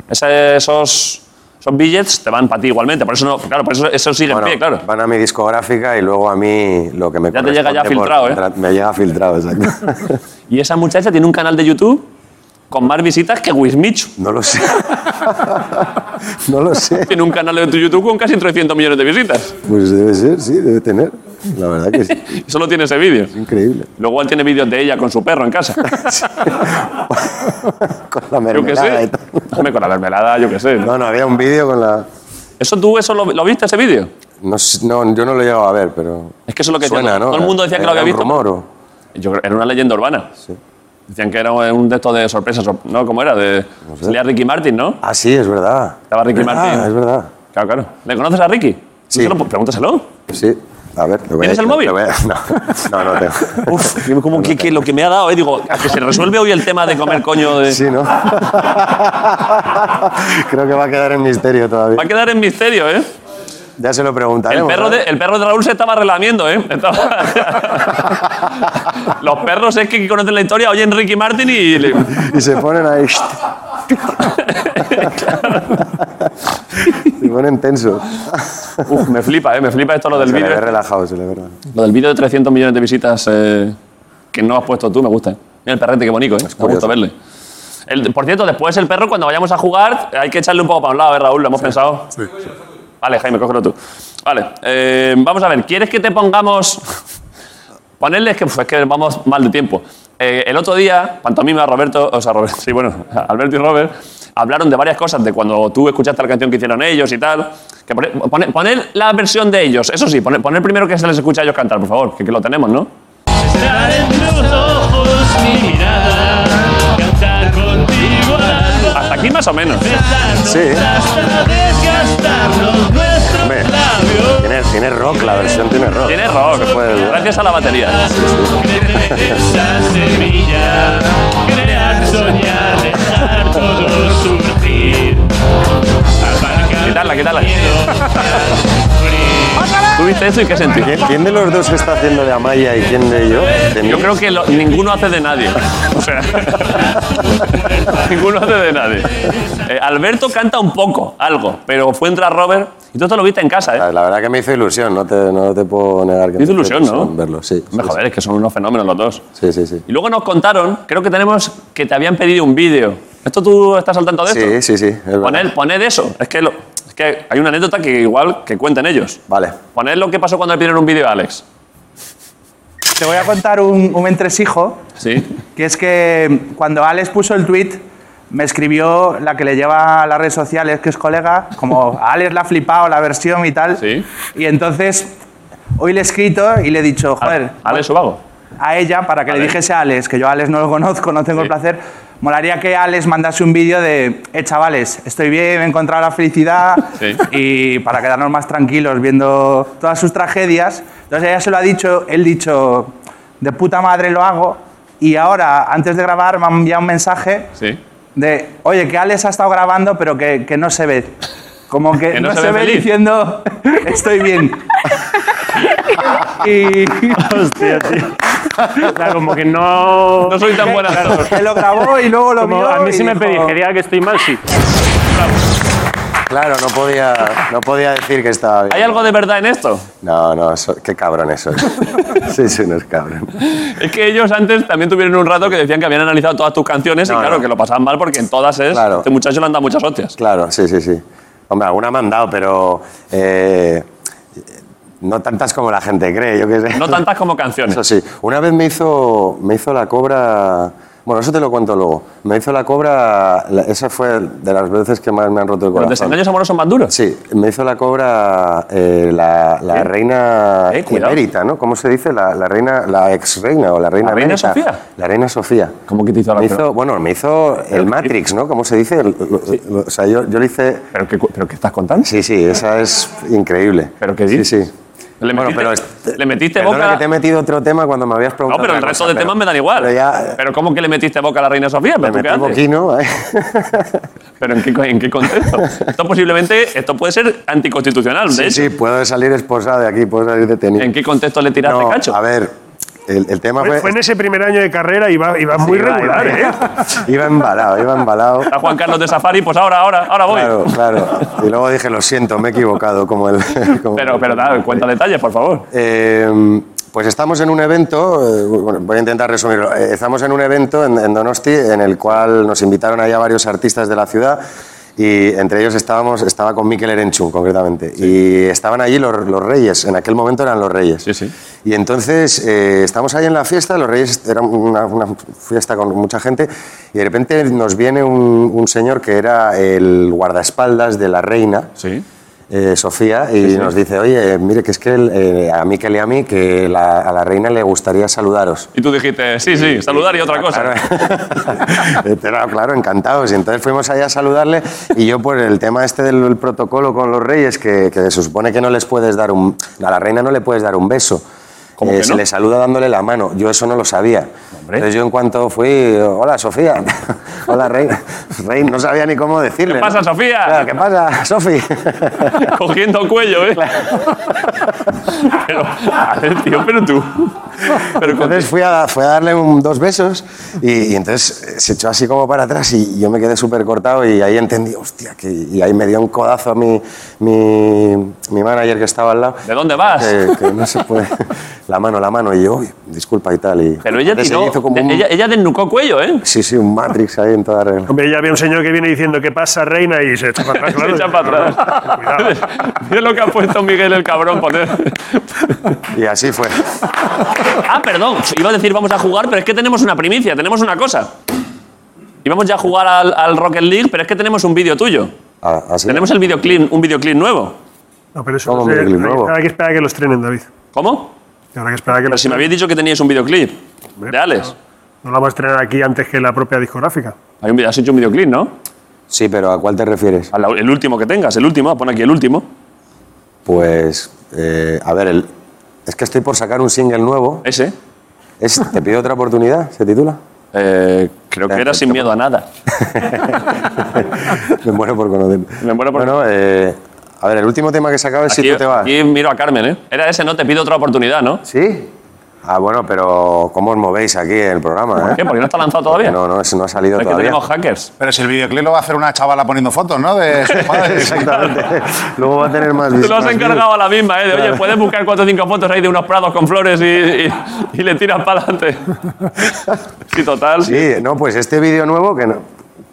C: esa- esos, esos billets te van para ti igualmente. Por eso, no, claro, por eso, eso sigue
K: Bueno,
C: en pie, claro.
K: van a mi discográfica y luego a mí lo que me
C: Ya te llega ya
K: corresponde por
C: filtrado, ¿eh?
K: contra- Me llega filtrado, exacto.
C: Y esa muchacha tiene un canal de YouTube con más visitas que Wismichu.
K: No lo sé. no lo sé.
C: Tiene un canal de tu YouTube con casi 300 millones de visitas.
K: Pues debe ser, sí, debe tener. La verdad que sí,
C: Y solo tiene ese vídeo.
K: increíble.
C: Luego él tiene vídeos de ella con su perro en casa.
K: Con la
C: Yo qué
K: mermelada y
C: sé.
K: tal.
C: Hombre, con la mermelada, yo qué sé.
K: No, no, había un vídeo con la...
C: ¿Eso tú eso lo, lo viste, ese vídeo?
K: No, s- no, yo no lo he llegado a ver, pero...
C: Es que eso es lo que
K: Suena,
C: todo,
K: ¿no?
C: todo el mundo decía que lo
K: Era
C: había
K: un
C: visto.
K: rumor, ¿o?
C: Yo creo- era una leyenda urbana. Decían que era un de estos de sorpresas, ¿no? ¿Cómo era? De, Salía Ricky Martin, ¿no?
K: Ah, sí, es verdad.
C: Estaba Ricky
K: Es verdad,
C: Martin.
K: Es verdad.
C: Claro, claro. ¿Le conoces a Ricky?
K: Sí.
C: Díselo, pues, Pregúntaselo.
K: Pues Sí. A ver, lo voy a-
C: ¿Tienes el
K: lo-
C: móvil?
K: lo voy a- no, no, no tengo.
C: Uf, como que, que lo que me ha dado, eh, digo, a que se resuelve hoy el tema de comer coño. De...
K: Sí, ¿no? Creo que va a quedar en misterio
C: Va
K: todavía.
C: a quedar en misterio, ¿eh?
K: Ya se lo
C: El
K: preguntaremos.
C: perro,
K: ¿no?
C: de, el perro de Raúl se estaba relamiendo, ¿eh? Estaba- Los perros es que conocen la historia, oyen Ricky Martin y... le-
K: Y se ponen ahí... se ponen tensos.
C: Uf, me flipa, ¿eh? Me flipa esto lo del
K: Se le
C: vídeo.
K: ve relajado, se le ve relajado.
C: Lo del vídeo de 300 millones de visitas eh, que no has puesto tú, me gusta. ¿eh? Mira el perrete, qué bonito, ¿eh? Me gusta
K: curioso.
C: verle. El- por cierto, después el perro, cuando vayamos a jugar, hay que echarle un poco para un lado, ¿eh, Raúl? Lo hemos pensado. Vale, Jaime, cógelo tú. Vale, eh, vamos a ver, ¿quieres que te pongamos. Ponerles que, pues, es que vamos mal de tiempo. Eh, el otro día, pantomima, Roberto, o sea, Roberto, sí, bueno, Alberto y Robert, hablaron de varias cosas, de cuando tú escuchaste la canción que hicieron ellos y tal. Que pone- pone- poner la versión de ellos, eso sí, poner, poner primero que se les escucha a ellos cantar, por favor, que, que lo tenemos, ¿no? Hasta aquí más o menos.
K: Sí. Hombre, tiene, tiene rock, la versión tiene rock.
C: Tiene rock,
K: Se puede dudar.
C: gracias a la batería. Quitarla, quitarla. ¿Tuviste eso y qué sentí?
K: ¿Quién- ¿Quién de los dos está haciendo de Amaya y quién de yo? De mí.
C: Yo creo que lo- ninguno hace de nadie. O sea, ninguno hace de nadie. Eh, Alberto canta un poco, algo, pero fue entrar Robert y tú esto lo viste en casa, ¿eh?
K: La verdad que me hizo ilusión, no te, no te puedo negar que
C: Hizo
K: me
C: ilusión, ¿no?
K: verlo, sí.
C: Hombre,
K: sí,
C: joder, es que son unos fenómenos los dos.
K: Sí, sí, sí.
C: Y luego nos contaron, creo que tenemos que te habían pedido un vídeo. ¿Esto tú estás al tanto de esto?
K: Sí, sí, sí. es verdad.
C: Poned, poned eso. Es que, lo- es que hay una anécdota que igual que cuenten ellos.
K: Vale.
C: Poned lo que pasó cuando le pidieron un vídeo a Alex.
L: Te voy a contar un, un entresijo,
C: Sí.
L: que es que cuando Alex puso el tweet, me escribió la que le lleva a las redes sociales, que es colega, como a Alex la ha flipado la versión y tal. Y entonces, hoy le he escrito y le he dicho, joder.
C: ¿Alex Ubago?
L: A ella, para que le dijese a Alex, que yo a Alex no lo conozco, no tengo el placer. Molaría que Alex mandase un vídeo de, eh, chavales, estoy bien, he encontrado la felicidad, y para quedarnos más tranquilos viendo todas sus tragedias. Entonces ella se lo ha dicho, él dicho, de puta madre lo hago. Y ahora, antes de grabar, me ha enviado un mensaje
C: Sí.
L: de, oye, que Alex ha estado grabando, pero que, que no se ve. Como que,
C: Que
L: no, se, ve
C: feliz.
L: diciendo, estoy bien. y... Hostia, tío.
M: Claro, como que no.
C: No soy tan
L: buen
M: buena.
L: actor. Que lo grabó y luego lo
M: como,
L: vio
M: A mí
L: y
M: sí me
L: dijo-
M: pedí, quería que estoy mal, sí.
K: Claro, no podía, no podía decir que estaba bien.
C: ¿Hay algo de verdad en esto?
K: No, no, so- qué cabrón eso. Sí, sí, no es cabrón.
C: Es que ellos antes también tuvieron un rato que decían que habían analizado todas tus canciones y claro, que lo pasaban mal porque en todas es. Este muchacho le han dado muchas hostias.
K: Claro, sí, sí, sí. Hombre, alguna me han dado, pero eh, no tantas como la gente cree, yo qué sé.
C: No tantas como canciones.
K: Eso sí. Una vez me hizo, me hizo la cobra... Bueno, eso te lo cuento luego. Me hizo la cobra... la- esa fue de las veces que más me han roto el
C: ¿Los
K: corazón.
C: desengaños amorosos más duros?
K: Sí, me hizo la cobra eh, la, la reina
C: Eh, cuidado.
K: emérita, ¿no? ¿Cómo se dice? La, la reina, la ex reina o la reina
C: ¿La reina
K: emérita.
C: Sofía?
K: La reina Sofía.
C: ¿Cómo que te hizo la
K: me
C: cobra?
K: hizo, Bueno, me hizo el Matrix, ¿no? ¿Cómo se dice? El- lo- lo- o sea, yo, yo le hice.
C: ¿Pero qué, ¿Pero qué estás contando?
K: Sí, sí, esa es increíble. ¿Pero qué dices? Sí, sí.
C: Le
K: Bueno,
C: metiste,
K: pero este-
C: le metiste
K: Perdona
C: boca.
K: que te he metido otro tema cuando me habías
C: No,
K: preguntado.
C: pero el
K: otra
C: resto
K: cosa,
C: de
K: pero
C: temas me dan igual. Pero,
K: pero ya-
C: ¿cómo que le metiste boca a la reina Sofía? ¿Pero, tú qué
K: metí
C: haces?
K: poquino, ¿eh?
C: ¿Pero en, qué, co- en qué contexto? esto posiblemente esto puede ser anticonstitucional. de
K: Sí,
C: hecho.
K: sí, puedo salir esposado de aquí, puedo salir detenido.
C: ¿En qué contexto le tiraste
K: No,
C: cacho?
K: A ver, el, el tema
I: Fue,
K: fue.
I: fue en ese primer año de carrera y va, y va muy
K: iba-
I: regular,
K: iba-
I: ¿eh?
K: Iba embalado, iba embalado.
C: A Juan Carlos de Safari, pues ahora, ahora, ahora voy.
K: Claro, claro. Y luego dije, lo siento, me he equivocado, como el. como-
C: Pero, pero da, cuenta detalles, por favor.
K: Eh, pues estamos en un evento, eh, bueno, voy a intentar resumirlo. Eh, Estamos en un evento en, en Donosti en el cual nos invitaron allá varios artistas de la ciudad y entre ellos estábamos, estaba con Mikel Erenchun concretamente. Y estaban allí los, los reyes, en aquel momento eran los reyes. Y entonces eh, estamos ahí en la fiesta, los reyes, era una, una fiesta con mucha gente y de repente nos viene un, un señor que era el guardaespaldas de la reina. eh, Sofía y
C: Sí, sí.
K: nos dice, oye, mire, que es que el- eh, a Miquel y a mí, que la- a la reina le gustaría saludaros.
C: Y tú dijiste, sí, sí, saludar y otra cosa.
K: Pero Este claro, encantados. Y entonces fuimos allá a saludarle y yo por el tema este del del protocolo con los reyes, que, que se supone que no les puedes dar un... A la reina no le puedes dar un beso. Eh,
C: ¿Cómo que
K: Se
C: no?
K: le saluda dándole la mano. Yo eso no lo sabía. Entonces yo en cuanto fui, hola Sofía, hola reina. Reina, no sabía ni cómo decirle.
C: ¿Qué
K: ¿no?
C: pasa, Sofía?
K: Claro, ¿Qué pasa, Sofi?
C: Cogiendo cuello, ¿eh? Pero, a ver, tío, pero tú.
K: entonces fui a, fui a darle un- dos besos y, y entonces eh, se echó así como para atrás y yo me quedé súper cortado y ahí entendí, hostia, que, y ahí me dio un codazo a mi, mi, mi manager que estaba al lado.
C: ¿De dónde vas?
K: Que, que no se puede. La mano, la mano. Y yo, "Uy, disculpa y tal. Y
C: Pero ella
K: entonces
C: tiró.
K: ella hizo como
C: de-
K: un-
C: ella, ella desnucó cuello, ¿eh?
K: Sí, sí, un Matrix ahí en toda regla.
I: Hombre, ya había un señor que viene diciendo, ¿qué pasa, reina? Y se echa para atrás,
C: Se
I: claro.
C: echa para atrás. Mira lo que ha puesto Miguel el cabrón. Poner.
K: Y así fue.
C: Ah, perdón. Iba a decir vamos a jugar, pero es que tenemos una primicia, tenemos una cosa. Íbamos ya a jugar al, al Rocket League, pero es que tenemos un vídeo tuyo.
K: Ah, así.
C: Tenemos el videoclip, un videoclip nuevo.
I: No, pero eso
K: ¿Cómo,
I: no sé,
K: Miguel,
I: hay-
K: nuevo?
I: Habrá que esperar a que los trenen, David.
C: ¿Cómo?
I: Habrá que esperar a que
C: Pero
I: los
C: si me habéis dicho que teníais un videoclip de Alex.
I: No la vamos a estrenar aquí antes que la propia discográfica.
C: Hay un, has hecho un videoclip, ¿no?
K: Sí, pero ¿a cuál te refieres?
C: Al- el último que tengas, el último, pon aquí el último.
K: Pues, eh, a ver, el- es que estoy por sacar un single nuevo.
C: ¿Ese?
K: Es, ¿Te pido otra oportunidad? ¿Se titula?
C: Eh, creo que era sin miedo a nada.
K: Me muero por conocer. Me muero por bueno, eh, A ver, el último tema que sacaba es si
C: Aquí-
K: tú te vas.
C: aquí miro a Carmen, ¿eh? Era ese, no te pido otra oportunidad, ¿no?
K: ¿Sí? Ah, bueno, pero ¿cómo os movéis aquí en el programa?
C: ¿Por
K: eh?
C: qué? Porque no está lanzado todavía.
K: No, no, eso no ha salido
C: Es que
K: todavía.
C: tenemos hackers.
E: Pero si el videoclip lo va a hacer una chavala poniendo fotos, ¿no? De sus padres.
K: Exactamente. Luego va a tener más
C: Te lo has
K: más
C: encargado a la misma, ¿eh? De, oye,
K: Claro.
C: puedes buscar cuatro o cinco fotos ahí de unos prados con flores y, y- y le tiras para adelante. Sí, total.
K: views. Sí, no, pues este vídeo nuevo que no-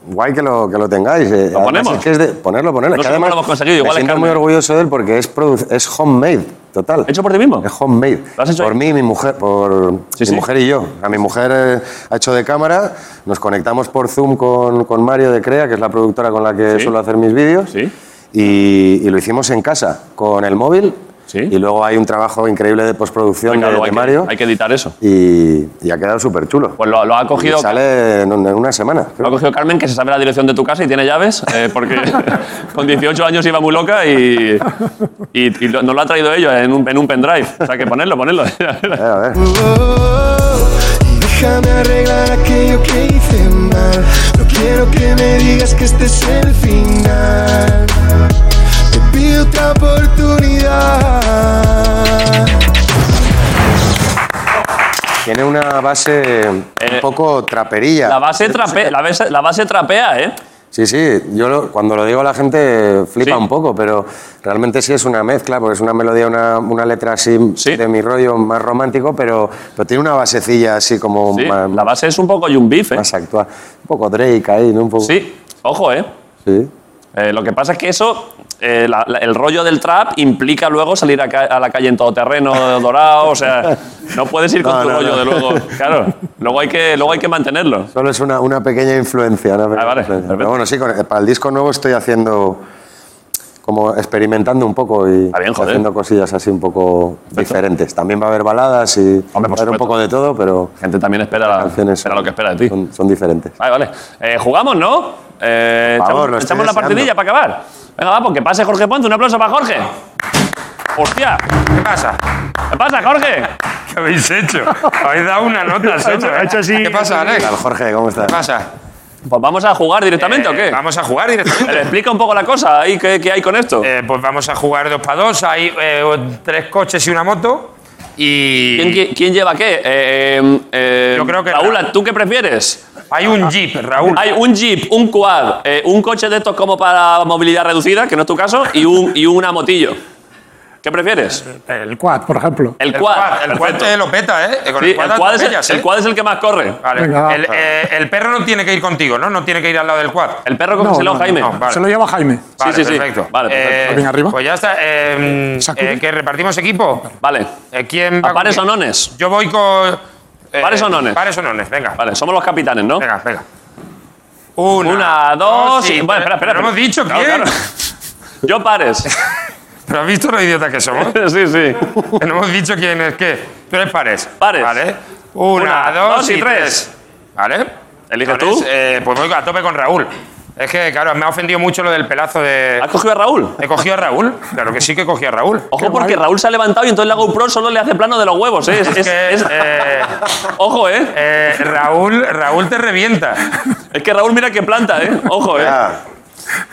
K: guay que lo, que lo tengáis. eh.
C: ¿Lo
K: Además,
C: ponemos?
K: es que es de- ponerlo, ponerlo.
C: No
K: que
C: sé cómo
K: además
C: lo hemos conseguido, igual
K: me
C: es
K: siento muy
C: Carmen.
K: orgulloso de él porque es, produ- es homemade, total.
C: ¿Hecho por ti mismo?
K: Es homemade. por mí y mi mujer, por mi
C: sí.
K: mujer y yo. A mi mujer eh, ha hecho de cámara, nos conectamos por Zoom con, con Mario de Crea, que es la productora con la que
C: Sí.
K: suelo hacer mis vídeos. Y, y lo hicimos en casa, con el móvil. Y luego hay un trabajo increíble de postproducción
C: Venga,
K: de,
C: luego
K: de
C: hay que-
K: Mario.
C: hay que editar eso.
K: Y, y ha quedado súper chulo.
C: Pues lo, lo ha cogido.
K: Sale en, un- en una semana.
C: Lo ha cogido Carmen, que se sabe la dirección de tu casa y tiene llaves, eh, porque con 18 años iba muy loca y, y, y lo- nos lo ha traído ella en un, en un pendrive. O sea, que ponerlo, ponerlo. A
K: ver.
H: Déjame arreglar aquello que hice mal. No quiero que me digas que este es el final. Te pido otra oportunidad.
K: Tiene una base un poco traperilla.
C: Eh, La base, trape- la, base, la base trapea, ¿eh?
K: Sí, sí, yo lo- cuando lo digo la gente flipa un poco, pero realmente sí es una mezcla, porque es una melodía, una, una letra así de mi rollo más romántico, pero, pero tiene una basecilla así como...
C: Sí,
K: más, la
C: base es un poco Young Beef, ¿eh?
K: Más actual. Un poco Drake ahí, ¿no? Un poco...
C: Sí, ojo, ¿eh?
K: Sí.
C: Eh, lo que pasa es que eso, eh, la- la- el rollo del trap implica luego salir a, ca- a la calle en todoterreno, dorado, o sea, no puedes ir con
K: No,
C: tu
K: no,
C: rollo
K: no.
C: de luego. Claro, luego hay que, luego hay que mantenerlo.
K: Solo es una, una pequeña influencia. ¿no?
C: Ah,
K: Pero bueno, sí, con- para el disco nuevo estoy haciendo, como experimentando un poco y
C: Ah, joder.
K: haciendo cosillas así un poco diferentes. También va a haber baladas y va a haber un poco de todo, pero...
C: gente también espera,
K: lo que
C: espera de ti.
K: Son, son diferentes.
C: Vale, vale. Eh, jugamos, ¿no? Eh,
K: Por favor, lo
C: echamos
K: estoy
C: echamos la
K: deseando.
C: partidilla para acabar. Venga, va, porque pase Jorge Ponte. Un aplauso para Jorge. Hostia. ¿Qué pasa? ¿Qué pasa, Jorge?
B: ¿Qué habéis hecho? Habéis dado una nota, señor. ¿Qué pasa, Alex?
K: Jorge, ¿cómo estás?
B: ¿Qué pasa? Eh,
C: Pues vamos a jugar directamente, ¿o qué?
B: Vamos a jugar directamente.
C: Pero explica un poco la cosa, ahí, ¿qué, qué hay con esto?
B: pues vamos a jugar dos para dos, hay eh, tres coches y una moto. Y...
C: ¿Quién, quién- quién lleva qué? Eh, eh, eh,
B: Yo creo que
C: Raúl,
B: Ra-
C: ¿tú qué prefieres?
B: Hay un Jeep, Raúl.
C: Hay un Jeep, un quad, eh, un coche de estos como para movilidad reducida, que no es tu caso, y, un, y una motillo. ¿Qué prefieres?
D: El quad, por ejemplo.
C: El quad.
B: El cuad
C: perfecto.
B: te lo peta, ¿eh? Con
C: Sí, el quad es el-
B: atropellas,
C: el quad es el que más corre.
B: Vale.
D: Venga, va.
B: el, eh, el perro no tiene que ir contigo, ¿no? No tiene que ir al lado del quad.
C: El perro
D: No, no, no. Se lo lleva Jaime.
B: Vale,
D: Sí, sí, sí.
B: perfecto.
D: Vale, perfecto. Bien arriba.
B: Pues ya está. Eh, eh, ¿Que repartimos equipo? Eh,
C: Vale.
B: ¿Quién
C: ¿A pares o nones?
B: Yo voy con... eh,
C: ¿Pares o nones?
B: Pares o nones, venga.
C: Vale, somos los capitanes, ¿no?
B: Venga, venga. Una, Oh,
C: dos
B: sí,
C: y... Bueno, espera, espera.
B: pero
C: espera.
B: hemos dicho
C: Claro,
B: quién.
C: claro. Yo pares.
B: ¿Pero has visto lo idiota que somos?
C: sí, sí.
B: Que no hemos dicho quién es qué. Tú eres pares.
C: Pares.
B: Vale. Una, dos, y tres. ¿Vale?
C: ¿Eliges
B: Pares,
C: tú?
B: eh, pues voy a tope con Raúl. Es que, claro, me ha ofendido mucho lo del pelazo de... ¿Has
C: cogido a Raúl?
B: He cogido a Raúl. Claro que sí que he cogido a Raúl.
C: Ojo porque Raúl se ha levantado y entonces la GoPro solo le hace plano de los huevos, ¿eh? Es-
B: Es
C: es-
B: que,
C: es-
B: eh,
C: Ojo, ¿eh?
B: Raúl, Raúl te revienta.
C: Es que Raúl mira qué planta, ¿eh? Ojo, ¿eh?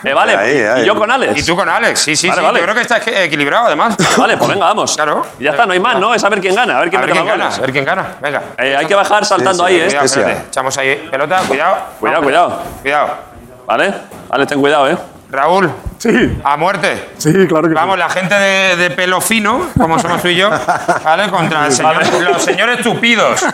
C: Eh, vale, y yo con Alex.
B: Y tú con Alex, sí, sí,
C: Vale,
B: sí.
C: vale.
B: Yo creo que está equi- equilibrado, además.
C: Vale, pues venga, vamos. Claro. Ya está, no hay más, ¿no? Es a ver quién gana, a ver quién
B: a ver
C: mete
B: quién
C: más
B: gana,
C: goles.
B: a ver quién gana. Venga.
C: Eh, hay que bajar saltando ahí, ¿eh?
B: Cuidado, espérate. Echamos ahí pelota, cuidado.
C: Cuidado, cuidado.
B: Cuidado.
C: Vale, Alex, ten cuidado, ¿eh?
B: Raúl. Sí. A muerte.
D: Sí, claro que
B: Vamos, la gente de, de pelo fino, como somos tú y yo, ¿vale? Contra el señor-
C: Vale.
B: los señores tupidos.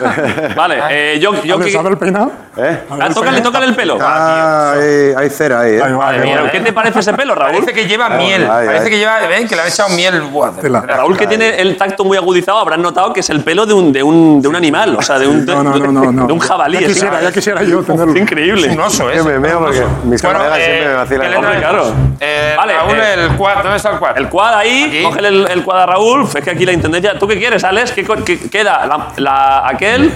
C: Vale, eh, yo... yo
D: ¿Le
C: que-
D: sabe el peinado?
K: ¿Eh?
C: Ah, tócale, tócale el pelo.
K: Ah, ahí- hay cera ahí, ¿eh?
C: Madre mía, ¿Qué te parece ese pelo, Raúl?
B: Parece que lleva miel. Parece que lleva, ven, que le ha echado miel. Buah, de verdad.
C: Raúl, que tiene el tacto muy agudizado, habrán notado que es el pelo de un, de un, de un animal, o sea, de un,
D: No, no, no, no, no.
C: de un jabalí.
D: Ya
C: es
D: quisiera,
C: increíble.
D: ya quisiera yo tenerlo.
C: Es increíble.
B: Es un oso, ¿eh?
K: Yo me meo porque mis
B: Bueno,
K: colegas
B: eh,
K: siempre me vacilan.
B: ¿qué le
K: Hombre,
B: traemos? Eh,
C: Vale,
B: Raúl,
C: eh,
B: el cuad. ¿Dónde está el cuad?
C: El cuad ahí, cógele el, el cuad a Raúl, es que aquí la intendencia. ¿Tú qué quieres, Alex? ¿Qué, co- qué queda? La, la- ¿Aquel?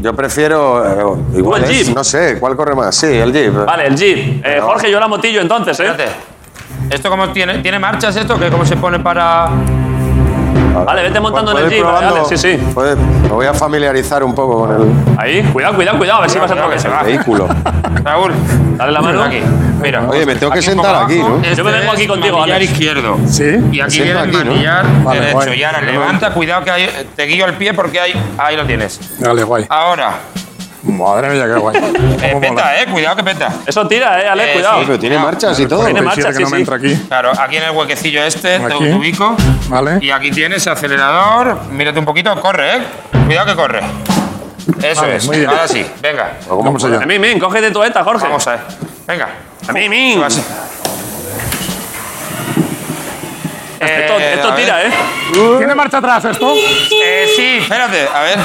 K: Yo prefiero... eh, igual
C: ¿O el
K: es-
C: Jeep?
K: No sé, ¿cuál corre más? Sí, el Jeep.
C: Vale, el Jeep. Eh,
K: Pero-
C: Jorge, yo la motillo entonces, ¿eh?
B: ¿Esto cómo tiene, tiene marchas esto? ¿Qué, ¿Cómo se pone para...?
C: Vale, vete montando en el
K: Puedes ir
C: Jeep, vale,
K: probando-
C: Alex, sí, sí.
K: puedes- me voy a familiarizar un poco con el
C: Ahí, cuidado, cuidado, cuidado, a ver si vas a
B: Cuidado, que
C: tocar.
B: se va.
K: vehículo.
B: Raúl.
C: Dale la mano.
B: Aquí, mira.
K: Oye, me tengo que
B: Aquí un poco
K: sentar aquí,
B: abajo.
K: ¿no?
B: Este
C: Yo me vengo aquí
B: es
C: contigo,
B: manillar
C: Alex.
B: izquierdo.
D: Sí.
B: Y aquí
K: Siento
B: viene
K: aquí,
B: el
K: ¿no?
B: manillar
D: Vale,
B: derecho.
D: guay.
B: Y ahora levanta, cuidado que hay- te guío el pie porque hay, ahí lo tienes.
D: Dale, guay.
B: Ahora,
D: Madre mía, qué guay.
B: Ah. eh,
D: ¿Cómo mola?
B: peta, eh, cuidado que peta.
C: Eso tira, ¿eh, Alex?
B: Eh,
C: cuidado.
B: sí,
K: Pero tiene marchas y todo.
C: Tiene marcha,
D: Quisiera que
C: sí,
D: no me
C: sí.
D: entre aquí.
B: Claro, aquí en el huequecillo este te
D: Aquí.
B: ubico.
D: Vale.
B: Y aquí tienes acelerador. Mírate un poquito, corre, eh. Cuidado que corre. Eso
D: Vale,
B: es.
D: muy bien.
B: Ahora sí, venga.
K: Vamos
D: allá.
C: Eh, Min, min, cógete tu esta, Jorge. Eh,
B: Vamos a ver. Venga.
C: A mí, mí.
B: Esto,
C: esto tira, ¿eh?
B: ¿Tiene marcha atrás esto? Eh, sí, Eh, espérate, a ver.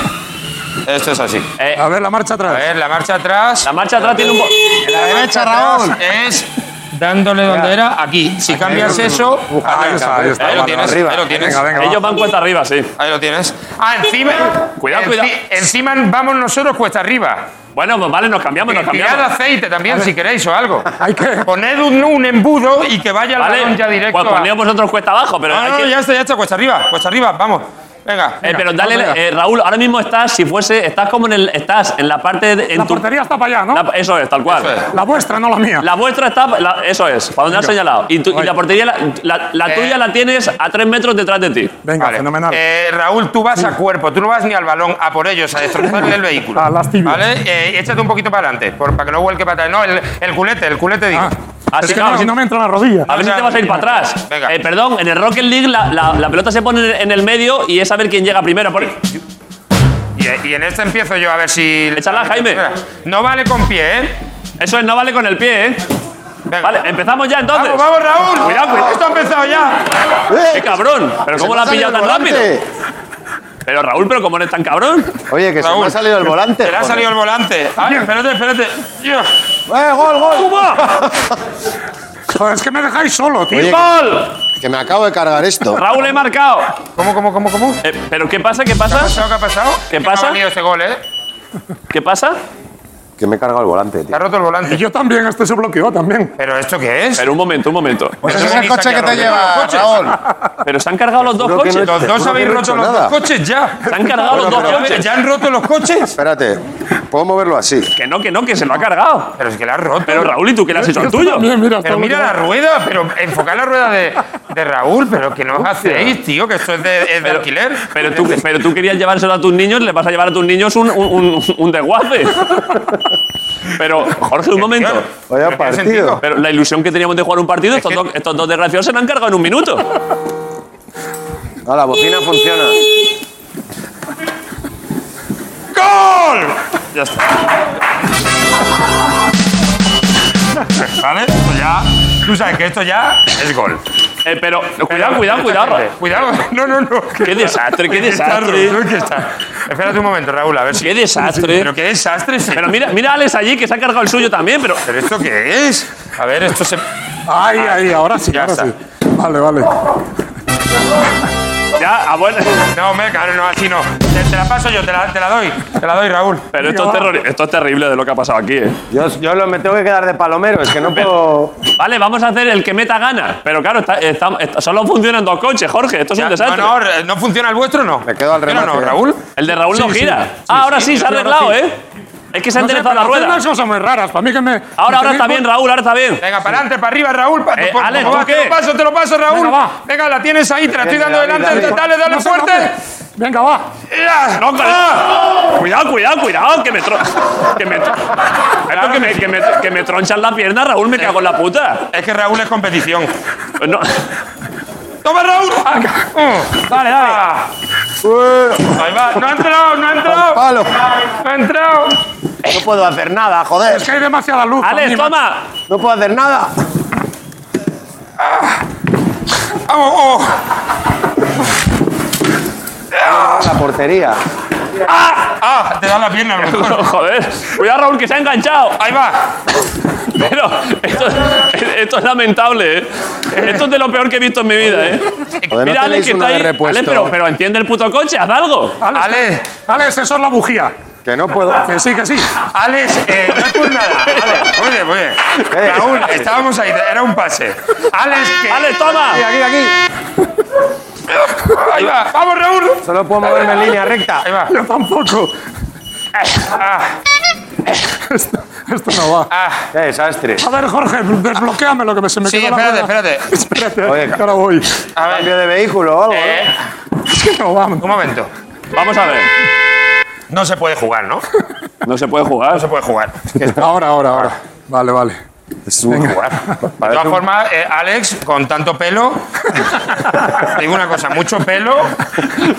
B: Esto es así.
F: a ver, la marcha
B: A
F: atrás.
B: ver, la marcha atrás. La
C: marcha atrás tiene un po-
B: La derecha, Raúl. Es dándole donde era, aquí. Si cambias eso.
C: ahí está, ahí está.
B: Ahí lo
C: Mano
B: tienes.
C: arriba.
B: Ahí lo tienes.
C: Venga, venga, Ellos va. van cuesta arriba, sí.
B: Ahí lo tienes. Ah, encima.
C: Cuidado,
B: enci-
C: cuidado.
B: Encima vamos nosotros cuesta arriba.
C: Bueno, pues vale, nos cambiamos, nos cambiamos.
B: Tirad aceite también,
C: A ver.
B: si queréis, o algo. Poned un, un embudo y que vaya el
C: Vale,
B: balón ya directo. ¿eh?
C: pues poneos vosotros cuesta abajo, pero
B: No,
C: hay
B: no, no,
C: que-
B: ya está, ya está, cuesta arriba, cuesta arriba, vamos. Venga.
C: Eh,
B: venga,
C: pero dale,
B: venga.
C: eh, Raúl, ahora mismo estás, si fuese, estás como en el, estás en la parte, de, en la portería
N: está para allá, ¿no?
C: eso es, tal cual.
N: La vuestra, no la mía.
C: La vuestra está, la- eso es, para donde has
N: Venga.
C: señalado. Y, tu- y
N: Ahí.
C: la portería, la, la- la
B: Eh.
C: tuya la tienes a tres metros detrás de ti.
N: Venga, fenomenal.
B: Eh, Raúl, tú vas a cuerpo, tú no vas ni al balón, a por ellos, a destrozarle el vehículo. A las ¿Vale? Eh, échate un poquito para adelante, por- para que no vuelque para atrás. No, el, el culete, el culete,
N: Ah.
B: digo.
C: Así que claro, si-
N: me entra la rodilla.
C: A ver si te vas a ir para atrás.
B: Venga.
C: Eh, perdón, en el Rocket League la, la- la pelota se pone en el medio y es a ver quién llega primero. Por-
B: Y, y en este empiezo yo, a ver si...
C: Échala, Jaime.
B: No vale con pie, ¿eh?
C: Eso es, no vale con el pie, ¿eh? Vale, empezamos ya entonces.
B: Vamos, vamos, Raúl.
C: Cuidado, cuidado.
B: Esto ha empezado ya.
C: ¡Qué cabrón! ¿Pero
K: ¡Eh! Se
C: cómo
K: me
C: la
K: ha
C: has pillado tan
K: salido el
C: rápido?
K: volante.
C: Pero Raúl, ¿pero cómo eres tan cabrón?
K: Oye, que se me
C: Raúl,
K: ha salido el volante.
B: Te le ha
K: joder.
B: salido el volante. Ay, espérate, espérate.
N: ¡Eh, gol, gol! Joder, es que me dejáis solo, tío.
K: Oye,
C: ¡Gol!
K: Que me acabo de cargar esto.
C: Raúl, he marcado. Eh,
B: ¿Cómo, cómo, cómo, cómo?
C: ¿Pero qué pasa?
B: ¿Qué
C: ¿Qué
B: ha
C: pasa?
B: pasado? ¿Qué ha pasado?
C: ¿Qué
B: Que no
C: pasa?
B: ha venido este gol, ¿eh?
C: ¿Qué pasa?
K: Que me he cargado el volante,
B: Te
K: tío.
B: ha roto el volante.
N: Yo también, este se bloqueó también.
B: ¿Pero esto qué es?
C: Pero un momento, un momento.
E: Pues
B: Eso
E: ese es el
B: bonita
E: coche
B: que
E: que te
B: arrolla los
E: lleva,
B: coches.
E: Raúl.
C: Pero se han cargado los dos
K: Juro que no he-
C: coches.
B: Los
K: Seguro
B: dos
K: que
B: habéis
K: no he
B: roto
K: hecho
B: los dos
K: nada.
B: coches ya.
C: Se han cargado los dos coches.
B: ¿Ya han roto los coches?
K: Espérate, puedo moverlo así.
C: Que no, que no, que se lo ha cargado.
B: Pero es que la has roto.
C: Pero Raúl, ¿y tú qué le has hecho al tuyo?
B: pero mira la rueda, pero enfocar la rueda de, de Raúl, pero que no os hacéis, tío, que esto es de, es de alquiler.
C: Pero tú, pero tú querías llevárselo a tus niños, le vas a llevar a tus niños un, un, un- un desguace. Pero, Jorge, un momento.
K: Vaya
B: tiene sentido.
K: partido.
C: Pero la ilusión que teníamos de jugar un partido, estos, dos, estos dos desgraciados se la han cargado en un minuto.
K: Ah, la bocina funciona.
B: ¡Gol!
C: Ya está.
B: ¿Vale? Pues ya. Tú sabes que esto ya es gol.
C: Eh, pero, cuidado, cuidado, cuidado. Ra-
B: Cuidado. No, no, no.
C: Qué desastre, qué
B: Uy, que está
C: desastre.
B: roto, uy, que está. Espérate un momento, Raúl, a ver si.
C: Qué desastre.
B: Pero qué desastre. sí.
C: Pero mira, mira a Alex allí que se ha cargado el suyo también, pero.
B: ¿Pero esto qué es? A ver, esto se.
N: Ahí, ahí, ahora sí,
B: Ya
N: ahora
B: está.
N: sí. Vale, vale.
C: Ya, ah, bueno.
B: No, hombre, claro, no, así no. Te, te la paso yo, te la, te la doy. Te la doy, Raúl.
C: Pero esto es, terror- esto es terrible de lo que ha pasado aquí, eh.
K: Yo, yo lo, me tengo que quedar de palomero, es que no puedo.
C: Vale, vamos a hacer el que meta gana. Pero claro, está- está- está- solo funcionan dos coches, Jorge. Esto es
B: Ya,
C: un desastre.
B: No, no, ¿no funciona el vuestro o no?
K: Me quedo al
B: ¿Pero
K: remate.
B: no, Raúl?
C: El de Raúl no
N: Sí, sí,
C: gira.
N: sí,
C: ah, ahora sí,
N: sí,
C: se ha
N: sí, ahora
C: arreglado,
N: sí.
C: ¿eh? Es que se ha
N: No sé,
C: enderezado la
N: pero
C: rueda.
N: ustedes no son muy raras. Para mí que me.
C: Ahora, ahora
N: tenéis
C: está bien,
N: buen-
C: Raúl, ahora está bien.
N: Eh.
B: Venga, para adelante, para arriba, Raúl. pa-
C: Eh,
B: por-
C: Alex,
B: ¿cómo
C: ¿tú
B: vas?
C: qué?
B: Te lo paso, te lo paso, Raúl.
N: Venga, va.
B: Venga, la tienes ahí, te la estoy
K: Venga,
B: dando
K: dale,
B: delante. Dale,
K: dale.
B: dale,
N: No sé,
B: fuerte.
N: hombre. Venga, va.
B: ¡Ya!
C: No, cuidado.
N: Ah.
C: Cuidado, cuidado, cuidado, que me tro... que me, tro- Esto que me, que me, que me tronchan la pierna, Raúl, me cago en la puta.
B: Es que Raúl es competición.
C: No.
B: ¡Toma, Raúl! Dale, dale. Ahí va. No ha entrado, no ha entrado.
K: palo.
B: No ha entrado.
K: No puedo hacer nada, joder.
N: Es que hay demasiada luz.
C: Alex,
N: Anima.
C: toma.
K: No puedo hacer nada.
B: Vamos, vamos.
K: La portería.
B: Ah, te da la pierna, a lo mejor.
C: No, joder. Cuidado, Raúl, que se ha enganchado.
B: Ahí va.
C: Pero esto, esto es lamentable, ¿eh? Esto es de lo peor que he visto en mi vida, ¿eh?
K: Joder, ¿no
C: Mira,
K: tenéis
C: Alex, que
K: uno
C: está
K: de
C: ahí.
K: repuesto?
C: Alex, pero, pero entiende el puto coche, haz algo.
B: Alex,
N: Alex, eso es la bujía.
K: Que no puedo.
N: Que sí, que sí.
B: Alex, eh, no es por nada. Alex, muy bien, muy bien.
K: Eh.
B: Raúl, estábamos ahí, era un pase. Alex, que.
C: Alex, toma.
K: Aquí, aquí.
B: Ahí va. Vamos, Raúl.
K: Solo puedo moverme en línea recta.
B: Ahí va.
N: Yo tampoco.
K: Eh,
B: Ah,
N: Esto, esto no va.
B: ah.
K: Qué desastre.
N: A ver, Jorge, desbloqueame lo que me- se me
B: Sí,
N: quedó
B: espérate,
N: la rueda.
B: espérate.
N: Espérate,
K: Oye,
N: que ahora voy.
B: A ver,
K: Cambio de vehículo o algo. ¿no?
B: eh,
N: Es que no vamos.
B: un momento.
C: Vamos a ver.
B: No se puede jugar, ¿no?
C: No se puede jugar.
B: No se puede jugar.
K: Ah.
N: Ahora, ahora, ahora. Vale, vale.
K: Es un guau.
B: De todas formas, eh, Alex, con tanto pelo, digo una cosa, mucho pelo,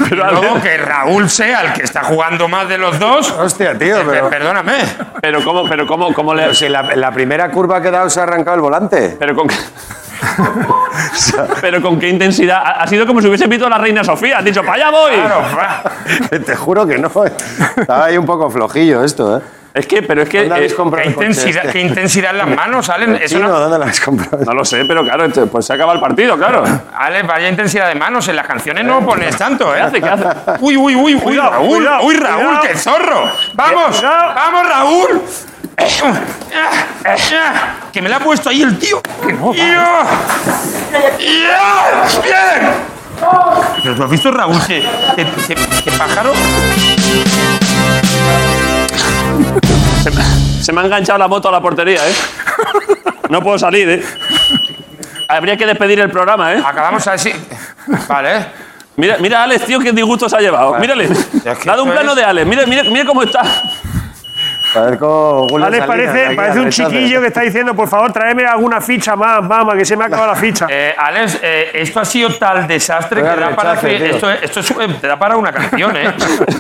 B: y luego que Raúl sea el que está jugando más de los dos. eh,
K: Hostia, tío, pero-
B: Perdóname.
C: Pero cómo, pero cómo, cómo le.
K: Pero si la, la primera curva que he dado se ha arrancado el volante.
C: Pero con. Pero con qué intensidad. Ha ha sido como si hubiese visto a la reina Sofía. Has dicho, para allá voy.
K: Te juro que no. eh. Estaba ahí un poco flojillo esto, ¿eh?
C: Es que, pero es que.
K: ¿Dónde habéis
C: eh,
K: comprado
C: qué
K: el coche
C: intensidad-
K: este?
C: qué intensidad en las manos, Alen, es
K: Chino,
C: una-
K: ¿Dónde la habéis comprado?
C: No lo sé, pero claro, este- pues se acaba el partido, claro.
B: Alex, vaya intensidad de manos. En las canciones no pones tanto, ¿eh?
C: ¿Qué hace? ¿Qué hace?
B: Uy, uy, uy, uy,
C: Cuidado,
B: Raúl.
C: cuidado,
B: uy, Raúl,
C: cuidado.
B: qué zorro. Vamos, vamos, Raúl. Que me la ha puesto ahí el tío. ¡Ya! ¡Ya! ¡Bien! Pero tú has visto, Raúl, que, que- que- que pájaro.
C: Se me, se me ha enganchado la moto a la portería, ¿eh? No puedo salir, ¿eh? Habría que despedir el programa, ¿eh?
B: Acabamos así. Vale.
C: Mira, mira a Alex, tío, qué disgusto se ha llevado. Mírale. Dado un
K: esto
C: plano
K: es-
C: de Alex. Mira, mira, mira cómo está.
K: Parezco
L: "Pues
K: Julio
I: Alex
K: Salinas,
I: parece,
K: aquí,
I: parece un
K: rechazo.
I: chiquillo que está diciendo, por favor, tráeme alguna ficha más, mamá, que se me ha acabado la ficha.
B: Eh, Alex, eh, esto ha sido tal desastre
I: Voy a
B: que da para
I: rechazo,
B: que-
I: tío.
B: esto, es- esto es- eh, te da para una canción, ¿eh?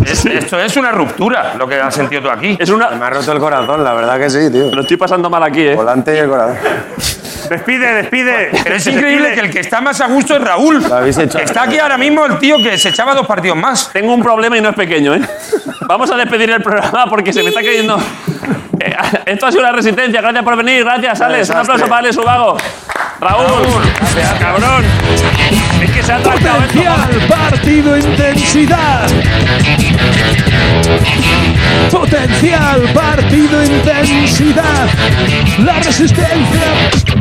B: Es- esto es una ruptura, lo que has sentido tú aquí.
C: Es una...
K: Me ha roto el corazón, la verdad que sí, tío.
C: Lo estoy pasando mal aquí, ¿eh?
K: Volante y el corazón.
I: Despide, despide.
B: Pero es increíble que el que está más a gusto es Raúl.
K: habéis hecho.
B: Está aquí ahora mismo el tío que se echaba dos partidos más.
C: Tengo un problema y no es pequeño, ¿eh? Vamos a despedir el programa porque se me está cayendo. Eh, esto ha sido la resistencia. Gracias por venir. Gracias, Alex. Un
M: desastre.
C: aplauso para Alex Ubago. Raúl, cabrón. Es que se ha atracado esto.
H: Partido intensidad. Potencial partido intensidad. La resistencia